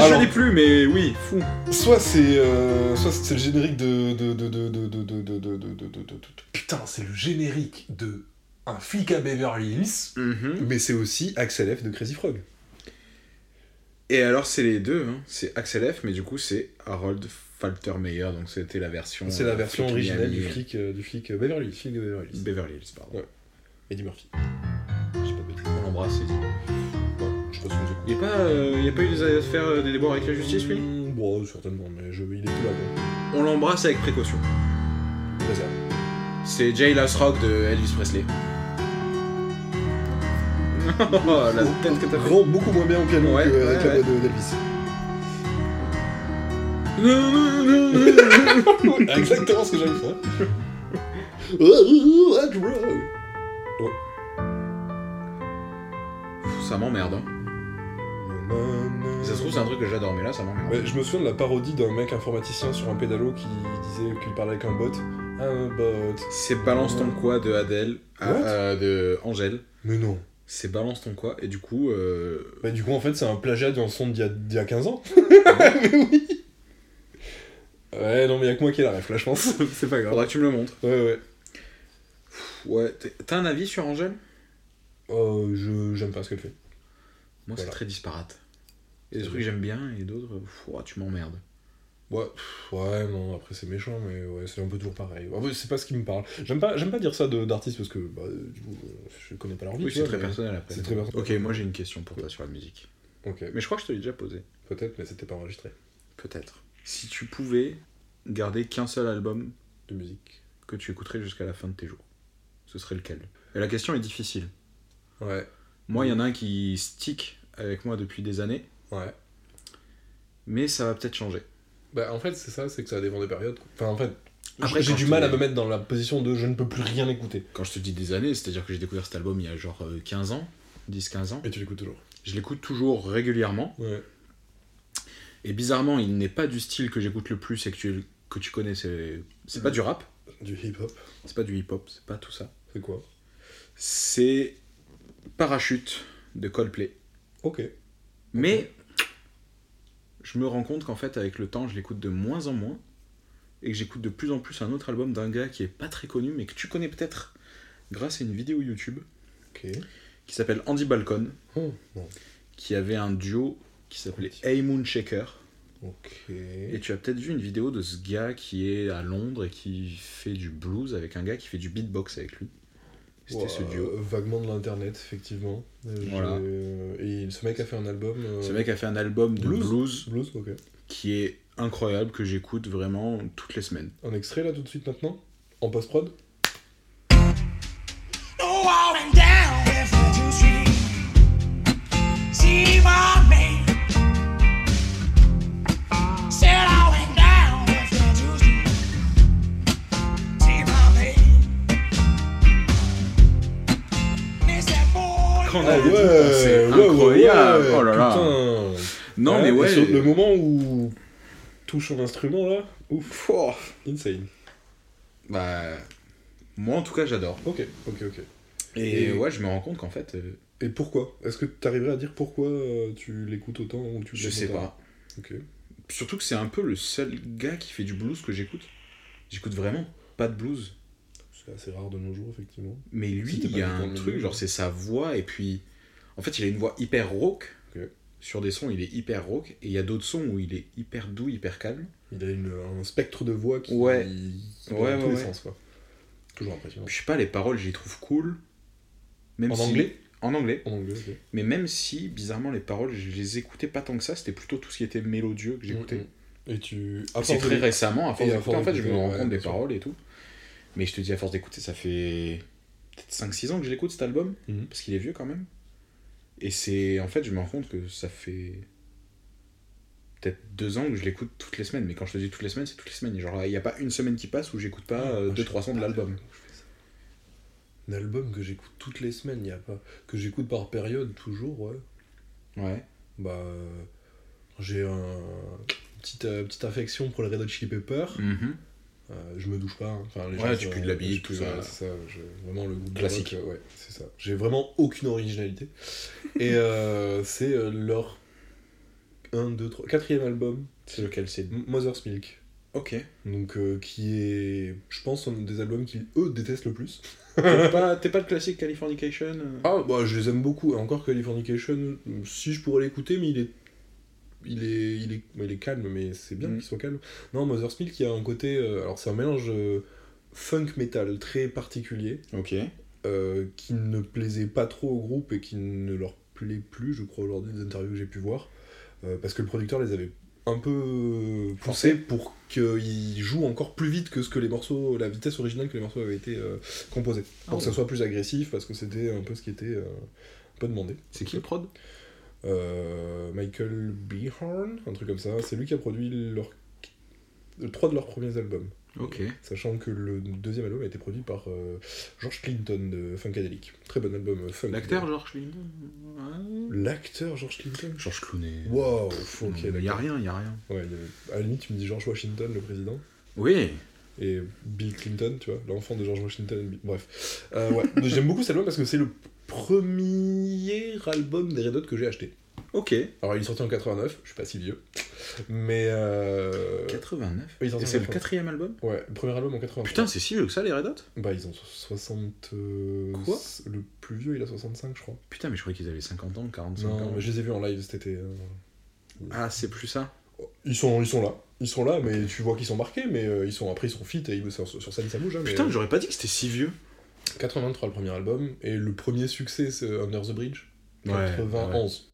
[SPEAKER 4] Oh,
[SPEAKER 5] je l'ai plus, mais oui, fou.
[SPEAKER 4] Soit c'est euh, soit c'est le générique de de de de de de de de de de de- de- de- de- putain c'est le générique de un flic à Beverly Hills
[SPEAKER 5] Mhm.
[SPEAKER 4] mais c'est aussi Axel F de Crazy Frog
[SPEAKER 5] Et alors, c'est les deux. hein. C'est Axel F, mais du coup, c'est Harold Faltermeyer. Donc, c'était la version.
[SPEAKER 4] c'est la version
[SPEAKER 5] euh,
[SPEAKER 4] originale du
[SPEAKER 5] Miami,
[SPEAKER 4] flic euh, du flic euh, Beverly Hills flic de Beverly Hills
[SPEAKER 5] Beverly Hills, pardon.
[SPEAKER 4] Ouais. Eddie Murphy je sais pas de bêtises.
[SPEAKER 5] On l'embrasse, Eddie.
[SPEAKER 4] Ouais, je sais pas si vous écoutez.
[SPEAKER 5] Il n'y a, pas, euh, il y a pas eu des affaires euh, des déboires avec la justice, lui
[SPEAKER 4] Hmm, bon certainement mais je il est plus là bon
[SPEAKER 5] On l'embrasse avec précaution.
[SPEAKER 4] Réserve.
[SPEAKER 5] C'est Jay Last Rock de Elvis Presley. oh, la tête que t'as fait.
[SPEAKER 4] Rend beaucoup moins bien au piano
[SPEAKER 5] Ouais,
[SPEAKER 4] que
[SPEAKER 5] ouais,
[SPEAKER 4] avec la
[SPEAKER 5] ouais.
[SPEAKER 4] voix de d'Elvis exactement ce que j'avais fait
[SPEAKER 5] ça m'emmerde. hein. Ça se trouve, c'est un truc que j'adore, mais là, ça m'emmerde.
[SPEAKER 4] Ouais, je me souviens de la parodie d'un mec informaticien sur un pédalo qui disait qu'il parlait avec un bot. Un bot.
[SPEAKER 5] C'est Balance ton quoi de Adèle,
[SPEAKER 4] What
[SPEAKER 5] euh, de Angèle.
[SPEAKER 4] Mais non.
[SPEAKER 5] C'est Balance ton quoi, et du coup. euh,
[SPEAKER 4] Bah, du coup, en fait, c'est un plagiat d'un son d'il y, a- d'il y a 15 ans. mais oui. Ouais, non, mais y'a que moi qui ai la ref, là, je pense. c'est pas grave.
[SPEAKER 5] Faudra que tu me le montres.
[SPEAKER 4] Ouais, ouais.
[SPEAKER 5] Pff, Ouais, t'es- t'as un avis sur Angèle
[SPEAKER 4] Euh, je, j'aime pas ce qu'elle fait.
[SPEAKER 5] Moi,
[SPEAKER 4] Voilà.
[SPEAKER 5] c'est très disparate. Il y a
[SPEAKER 4] C'est
[SPEAKER 5] des trucs que j'aime bien, et d'autres, pff, ouah, tu m'emmerdes.
[SPEAKER 4] Ouais, pff, ouais, non, après, c'est méchant, mais ouais, c'est un peu toujours pareil. En vrai, c'est pas ce qui me parle. J'aime pas, j'aime pas dire ça de, d'artistes parce que, bah, du coup, euh, je connais pas leur vie.
[SPEAKER 5] Oui,
[SPEAKER 4] tu
[SPEAKER 5] c'est
[SPEAKER 4] vois,
[SPEAKER 5] très
[SPEAKER 4] mais-
[SPEAKER 5] personnel après.
[SPEAKER 4] c'est très personnel.
[SPEAKER 5] Ok, moi j'ai une question pour toi sur la musique.
[SPEAKER 4] Ok,
[SPEAKER 5] Mais je crois que je te l'ai déjà posée.
[SPEAKER 4] peut-être, mais c'était pas enregistré.
[SPEAKER 5] Peut-être. Si tu pouvais garder qu'un seul album
[SPEAKER 4] De musique.
[SPEAKER 5] que tu écouterais jusqu'à la fin de tes jours, ce serait lequel Et la question est difficile.
[SPEAKER 4] Ouais,
[SPEAKER 5] Moi, il y en a un qui stick avec moi depuis des années,
[SPEAKER 4] ouais.
[SPEAKER 5] mais ça va peut-être changer.
[SPEAKER 4] Bah en fait c'est ça, c'est que ça dépend des périodes. Enfin en fait,
[SPEAKER 5] Après,
[SPEAKER 4] j'ai
[SPEAKER 5] quand
[SPEAKER 4] du
[SPEAKER 5] je
[SPEAKER 4] mal
[SPEAKER 5] te-
[SPEAKER 4] à me mettre dans la position de je ne peux plus rien écouter.
[SPEAKER 5] Quand je te dis des années, c'est-à-dire que j'ai découvert cet album il y a genre euh, 15 ans, 10-15 ans.
[SPEAKER 4] Et tu l'écoutes toujours.
[SPEAKER 5] Je l'écoute toujours régulièrement.
[SPEAKER 4] Ouais.
[SPEAKER 5] Et bizarrement, il n'est pas du style que j'écoute le plus et que tu, que tu connais. C'est c'est pas du rap,
[SPEAKER 4] Du hip hop,
[SPEAKER 5] c'est pas du hip-hop, c'est pas tout ça.
[SPEAKER 4] c'est quoi
[SPEAKER 5] c'est Parachute de Coldplay.
[SPEAKER 4] Ok.
[SPEAKER 5] Mais je me rends compte qu'en fait, avec le temps, je l'écoute de moins en moins et que j'écoute de plus en plus un autre album d'un gars qui est pas très connu mais que tu connais peut-être grâce à une vidéo YouTube
[SPEAKER 4] Ok.
[SPEAKER 5] qui s'appelle Andy Balcon
[SPEAKER 4] Oh, non.
[SPEAKER 5] qui avait un duo qui s'appelait Hey Moon Shaker.
[SPEAKER 4] Ok.
[SPEAKER 5] Et tu as peut-être vu une vidéo de ce gars qui est à Londres et qui fait du blues avec un gars qui fait du beatbox avec lui. C'était
[SPEAKER 4] Ouah,
[SPEAKER 5] ce duo.
[SPEAKER 4] euh, Vaguement de l'internet, effectivement. Euh, j'ai-
[SPEAKER 5] Voilà.
[SPEAKER 4] Et ce mec a fait un album. euh,
[SPEAKER 5] Ce mec a fait un album de
[SPEAKER 4] Blues.
[SPEAKER 5] blues
[SPEAKER 4] Blues, ok.
[SPEAKER 5] qui est incroyable, que j'écoute vraiment toutes les semaines.
[SPEAKER 4] Un extrait là tout de suite maintenant En post-prod
[SPEAKER 6] Go on and down if you see. See my man. Sit on and down if you see. See my man. Miss that boy.
[SPEAKER 5] Quand
[SPEAKER 4] Ah ouais,
[SPEAKER 5] c'est
[SPEAKER 4] ouais, ouais,
[SPEAKER 5] incroyable.
[SPEAKER 4] ouais,
[SPEAKER 5] oh là là.
[SPEAKER 4] Putain
[SPEAKER 5] Non mais
[SPEAKER 4] et
[SPEAKER 5] ouais.
[SPEAKER 4] sur Le moment où touche son instrument là, ouf,
[SPEAKER 5] Pouah.
[SPEAKER 4] insane.
[SPEAKER 5] Bah moi en tout cas j'adore.
[SPEAKER 4] Ok, ok, ok.
[SPEAKER 5] Et,
[SPEAKER 4] Et-
[SPEAKER 5] ouais, je me rends compte qu'en fait, euh,
[SPEAKER 4] Et pourquoi Est-ce que tu arriverais à dire pourquoi euh, tu l'écoutes autant ou tu
[SPEAKER 5] je
[SPEAKER 4] l'aimes
[SPEAKER 5] sais
[SPEAKER 4] autant
[SPEAKER 5] pas.
[SPEAKER 4] Ok.
[SPEAKER 5] Surtout que c'est un peu le seul gars qui fait du blues que j'écoute. J'écoute vraiment pas de blues.
[SPEAKER 4] C'est assez rare de nos jours, effectivement.
[SPEAKER 5] Mais lui,
[SPEAKER 4] C'était pas
[SPEAKER 5] il y a
[SPEAKER 4] du tout
[SPEAKER 5] un
[SPEAKER 4] le
[SPEAKER 5] truc,
[SPEAKER 4] même.
[SPEAKER 5] genre c'est sa voix, et puis. En fait, il a une voix hyper rauque.
[SPEAKER 4] Ok.
[SPEAKER 5] Sur des sons, il est hyper rauque. Et il y a d'autres sons où il est hyper doux, hyper calme.
[SPEAKER 4] Il a une- un spectre de voix qui,
[SPEAKER 5] Ouais.
[SPEAKER 4] qui va
[SPEAKER 5] Ouais,
[SPEAKER 4] dans
[SPEAKER 5] ouais,
[SPEAKER 4] tous les
[SPEAKER 5] ouais.
[SPEAKER 4] sens, quoi. Toujours impressionnant.
[SPEAKER 5] Je sais pas, les paroles, je les trouve cool. Même
[SPEAKER 4] En
[SPEAKER 5] si-
[SPEAKER 4] anglais
[SPEAKER 5] En anglais.
[SPEAKER 4] En anglais, ok.
[SPEAKER 5] Mais même si, bizarrement, les paroles, je les écoutais pas tant que ça. C'était plutôt tout ce qui était mélodieux que j'écoutais.
[SPEAKER 4] Mhm. Et tu. à force
[SPEAKER 5] C'est
[SPEAKER 4] de
[SPEAKER 5] très
[SPEAKER 4] les-
[SPEAKER 5] récemment, à force
[SPEAKER 4] Et à
[SPEAKER 5] d'écouter, en
[SPEAKER 4] force
[SPEAKER 5] fait, je me
[SPEAKER 4] d'écouter,
[SPEAKER 5] rends
[SPEAKER 4] ouais,
[SPEAKER 5] compte des
[SPEAKER 4] bien sûr.
[SPEAKER 5] paroles et tout. Mais je te dis, à force d'écouter, ça fait peut-être 5-6 ans que je l'écoute cet album,
[SPEAKER 4] Mhm.
[SPEAKER 5] parce qu'il est vieux quand même. Et c'est. En fait, je me rends compte que ça fait. Peut-être 2 ans que je l'écoute toutes les semaines, mais quand je te dis toutes les semaines, c'est toutes les semaines. Genre, il n'y a pas une semaine qui passe où j'écoute pas euh,
[SPEAKER 4] Moi, je
[SPEAKER 5] 2-3
[SPEAKER 4] sais
[SPEAKER 5] sons de
[SPEAKER 4] pas,
[SPEAKER 5] l'album.
[SPEAKER 4] je fais ça. Un album que j'écoute toutes les semaines, il a pas. Que j'écoute par période, toujours, ouais.
[SPEAKER 5] Ouais.
[SPEAKER 4] Bah. euh, J'ai un. Petite, euh, petite affection pour le Red Hot Chili Pepper.
[SPEAKER 5] Mhm.
[SPEAKER 4] Euh, je me douche pas. hein. Enfin, les
[SPEAKER 5] Ouais,
[SPEAKER 4] gens,
[SPEAKER 5] tu
[SPEAKER 4] euh,
[SPEAKER 5] pues de la bille,
[SPEAKER 4] je
[SPEAKER 5] tout
[SPEAKER 4] pue,
[SPEAKER 5] ça.
[SPEAKER 4] voilà, c'est ça. je- Vraiment le goût de
[SPEAKER 5] Classique.
[SPEAKER 4] rock, euh, ouais, c'est ça. J'ai vraiment aucune originalité. Et euh, c'est euh, leur 1, 2, 3, quatrième album,
[SPEAKER 5] C'est lequel C'est.
[SPEAKER 4] M- Mother's Milk.
[SPEAKER 5] Ok.
[SPEAKER 4] Donc, euh, qui est, je pense, un des albums qu'ils, eux, détestent le plus.
[SPEAKER 5] T'es pas, t'es pas le classique Californication euh
[SPEAKER 4] Ah, bah, je les aime beaucoup. Encore Californication, si je pourrais l'écouter, mais il est. Il est, il, est, il est calme, mais c'est bien
[SPEAKER 5] Mm.
[SPEAKER 4] qu'il soit calme. Non, Mother's Milk, il y a un côté. euh, alors, c'est un mélange euh, funk metal très particulier.
[SPEAKER 5] Ok.
[SPEAKER 4] euh, qui ne plaisait pas trop au groupe et qui ne leur plaît plus, je crois, aujourd'hui, des interviews que j'ai pu voir, euh, parce que le producteur les avait un peu poussés pour qu'ils jouent encore plus vite que ce que les morceaux, la vitesse originale que les morceaux avaient été euh, composés, pour
[SPEAKER 7] Ah
[SPEAKER 4] que ça soit plus agressif, parce que c'était un peu ce qui était euh, un peu demandé.
[SPEAKER 5] C'est qui le prod
[SPEAKER 4] Euh, Michael Beehorn, un truc comme ça, c'est lui qui a produit leur... euh, trois de leurs premiers albums,
[SPEAKER 5] Ok.
[SPEAKER 4] sachant que le deuxième album a été produit par euh, George Clinton de Funkadelic. Très bon album euh, funk.
[SPEAKER 5] L'acteur, George Clooney
[SPEAKER 4] L'acteur George Clinton
[SPEAKER 5] George Clooney.
[SPEAKER 4] Wow, faut- ok,
[SPEAKER 5] Il y a
[SPEAKER 4] d'accord.
[SPEAKER 5] rien, il y a rien.
[SPEAKER 4] Ouais, il y avait- À la limite, tu me dis George Washington, le président,
[SPEAKER 5] Oui.
[SPEAKER 4] et Bill Clinton, tu vois, l'enfant de George Washington. et Bill- Bref. Euh, ouais, mais j'aime beaucoup cet album parce que c'est le premier album des Red Hot que j'ai acheté.
[SPEAKER 5] Ok.
[SPEAKER 4] Alors, il est sorti en 89, je suis pas si vieux, mais. Euh...
[SPEAKER 5] 89.
[SPEAKER 4] oui, ils en
[SPEAKER 5] Et
[SPEAKER 4] sont
[SPEAKER 5] c'est le
[SPEAKER 4] quatre.
[SPEAKER 5] quatrième album
[SPEAKER 4] Ouais, le premier album en 89.
[SPEAKER 5] Putain, c'est si vieux que ça, les Red Hot
[SPEAKER 4] Bah, ils ont 60. euh,
[SPEAKER 5] Quoi
[SPEAKER 4] Le plus vieux, il a 65, je crois.
[SPEAKER 5] Putain, mais je croyais qu'ils avaient 50 ans, 45
[SPEAKER 4] Non,
[SPEAKER 5] ans.
[SPEAKER 4] mais je les ai vus en live cet été. euh,
[SPEAKER 5] Ah, c'est plus ça
[SPEAKER 4] Ils sont, ils sont là. Ils sont là, mais tu vois qu'ils sont marqués, mais euh, ils sont après ils sont fit et ils, sur, sur scène ça bouge. hein, mais,
[SPEAKER 5] Putain,
[SPEAKER 4] euh,
[SPEAKER 5] j'aurais pas dit que c'était si vieux.
[SPEAKER 4] 83 le premier album et le premier succès c'est Under the Bridge.
[SPEAKER 5] Ouais,
[SPEAKER 4] 91.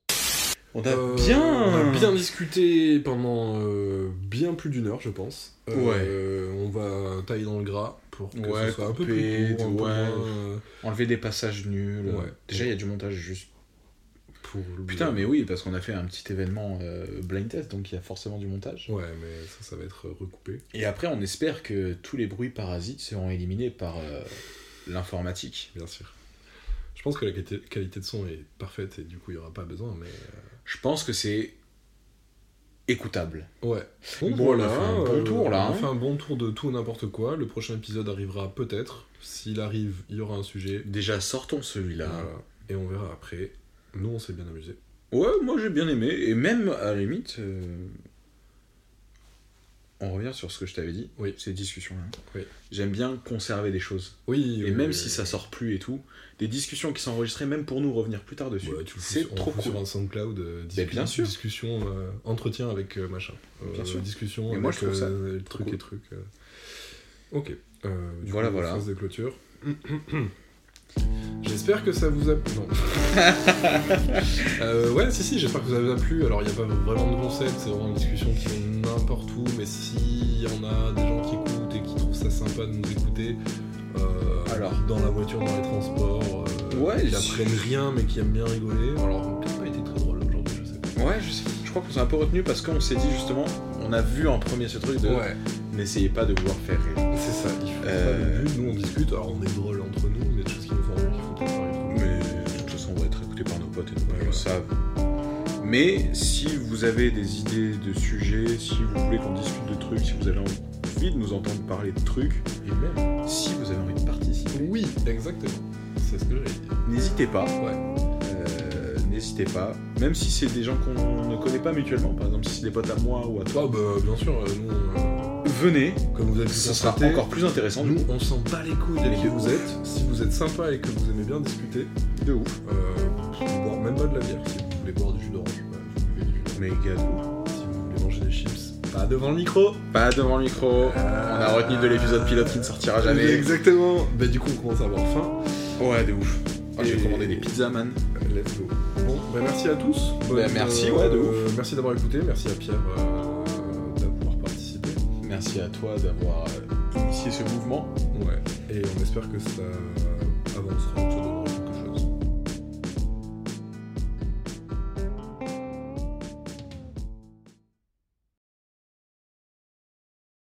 [SPEAKER 5] On a
[SPEAKER 4] Euh,
[SPEAKER 5] bien...
[SPEAKER 4] on a bien discuté pendant euh, bien plus d'une heure je pense. ouais. On va tailler dans le gras pour que
[SPEAKER 5] Ouais,
[SPEAKER 4] ce soit un peu
[SPEAKER 5] couper,
[SPEAKER 4] plus court, un peu
[SPEAKER 5] ouais.
[SPEAKER 4] moins, euh,
[SPEAKER 5] Enlevé des passages nuls.
[SPEAKER 4] Ouais.
[SPEAKER 5] Déjà, il y a du montage juste.
[SPEAKER 4] pour le-
[SPEAKER 5] Putain, mais oui, parce qu'on a fait un petit événement euh, blind test, donc il y a forcément du montage.
[SPEAKER 4] Ouais, mais ça, ça va être recoupé.
[SPEAKER 5] Et après, on espère que tous les bruits parasites seront éliminés par euh, l'informatique.
[SPEAKER 4] Bien sûr. Je pense que la qualité- qualité de son est parfaite et du coup il y aura pas besoin, mais
[SPEAKER 5] Je pense que c'est écoutable.
[SPEAKER 4] Ouais.
[SPEAKER 5] Bon, on a fait un bon tour,
[SPEAKER 4] euh,
[SPEAKER 5] là,
[SPEAKER 4] On
[SPEAKER 5] hein.
[SPEAKER 4] a fait un bon tour de tout n'importe quoi. Le prochain épisode arrivera peut-être. S'il arrive, il y aura un sujet.
[SPEAKER 5] Déjà, sortons celui-là.
[SPEAKER 4] Voilà. Et on verra après. Nous, on s'est bien amusé.
[SPEAKER 5] Ouais, moi j'ai bien aimé. Et même, à la limite, euh, on revient sur ce que je t'avais dit,
[SPEAKER 4] Oui.
[SPEAKER 5] ces discussions-là.
[SPEAKER 4] Oui.
[SPEAKER 5] J'aime bien conserver des choses.
[SPEAKER 4] Oui.
[SPEAKER 5] Et même si ça sort plus et tout, des discussions qui s'enregistraient, même pour nous revenir plus tard dessus, c'est trop cool.
[SPEAKER 4] sur un SoundCloud. euh,
[SPEAKER 5] Mais bien sûr.
[SPEAKER 4] Discussion, euh, entretien avec euh, machin. Euh,
[SPEAKER 5] Bien sûr.
[SPEAKER 4] Discussion
[SPEAKER 5] Et
[SPEAKER 4] avec
[SPEAKER 5] moi, je trouve ça
[SPEAKER 4] euh, le truc
[SPEAKER 5] cool.
[SPEAKER 4] et truc. euh. Ok. Euh, du
[SPEAKER 5] Voilà,
[SPEAKER 4] coup,
[SPEAKER 5] voilà.
[SPEAKER 4] phrase de clôture. J'espère que ça vous a plu. Non. Euh, ouais, si, si, j'espère que ça vous a plu. Alors, il n'y a pas vraiment de concept, c'est vraiment une discussion qui va n'importe où. Mais s'il y en a des gens qui écoutent et qui trouvent ça sympa de nous écouter, euh,
[SPEAKER 5] Alors.
[SPEAKER 4] dans la voiture, dans les transports, euh,
[SPEAKER 5] Ouais,
[SPEAKER 4] qui
[SPEAKER 5] je-
[SPEAKER 4] apprennent rien mais qui aiment bien rigoler. Alors, on n'a pas été très drôle aujourd'hui, je sais pas.
[SPEAKER 5] Ouais, je, sais. je crois qu'on s'est un peu retenu parce qu'on s'est dit justement, on a vu en premier ce truc de n'essayez pas de vouloir faire rire.
[SPEAKER 4] c'est ça. Il faut
[SPEAKER 5] Euh,
[SPEAKER 4] pas le but. Nous, on discute. Alors, on est drôle entre nous, mais il y a des choses qui nous font rire, qu'il faut peut-être parler.
[SPEAKER 5] Mais de toute façon, on va être écouté par nos potes et nos potes
[SPEAKER 4] Ouais,
[SPEAKER 5] le
[SPEAKER 4] ouais.
[SPEAKER 5] savent. Mais si vous avez des idées de sujets, si vous voulez qu'on discute de trucs, si vous avez envie- envie de nous entendre parler de trucs,
[SPEAKER 4] Et même.
[SPEAKER 5] si vous avez envie de participer,
[SPEAKER 4] Oui, exactement. C'est ce que j'allais dire.
[SPEAKER 5] n'hésitez pas.
[SPEAKER 4] Ouais.
[SPEAKER 5] Euh, n'hésitez pas. Même si c'est des gens qu'on ne connaît pas mutuellement, par exemple si c'est des potes à moi ou à toi,
[SPEAKER 4] Ah bah bien sûr, euh, nous, euh,
[SPEAKER 5] venez,
[SPEAKER 4] comme vous avez pu
[SPEAKER 5] ça sera
[SPEAKER 4] constater,
[SPEAKER 5] encore plus intéressant.
[SPEAKER 4] Nous, on s'en bat les couilles de qui vous êtes. Si vous êtes sympa et que vous aimez bien discuter,
[SPEAKER 5] de ouf.
[SPEAKER 4] euh, boire même pas de la bière. Si vous voulez boire du jus d'orange, bah, vous buvez du jus d'orange.
[SPEAKER 5] Mais gâteau.
[SPEAKER 4] Si vous voulez manger des chips, pas devant le micro.
[SPEAKER 5] Pas devant le micro. On a retenu de l'épisode pilote qui ne sortira jamais.
[SPEAKER 4] Exactement. Bah du coup, on commence à avoir faim.
[SPEAKER 5] Ouais, de ouf. Ah, J'ai
[SPEAKER 4] Et-
[SPEAKER 5] commandé des pizzas, man.
[SPEAKER 4] Euh, Let's go. Bon, bah merci à tous. euh,
[SPEAKER 5] Bah, merci, ouais, de ouf.
[SPEAKER 4] Merci d'avoir écouté. Merci à Pierre euh, d'avoir participé.
[SPEAKER 5] Merci à toi d'avoir euh, initié ce mouvement.
[SPEAKER 4] Ouais. Et on espère que ça avancera autour de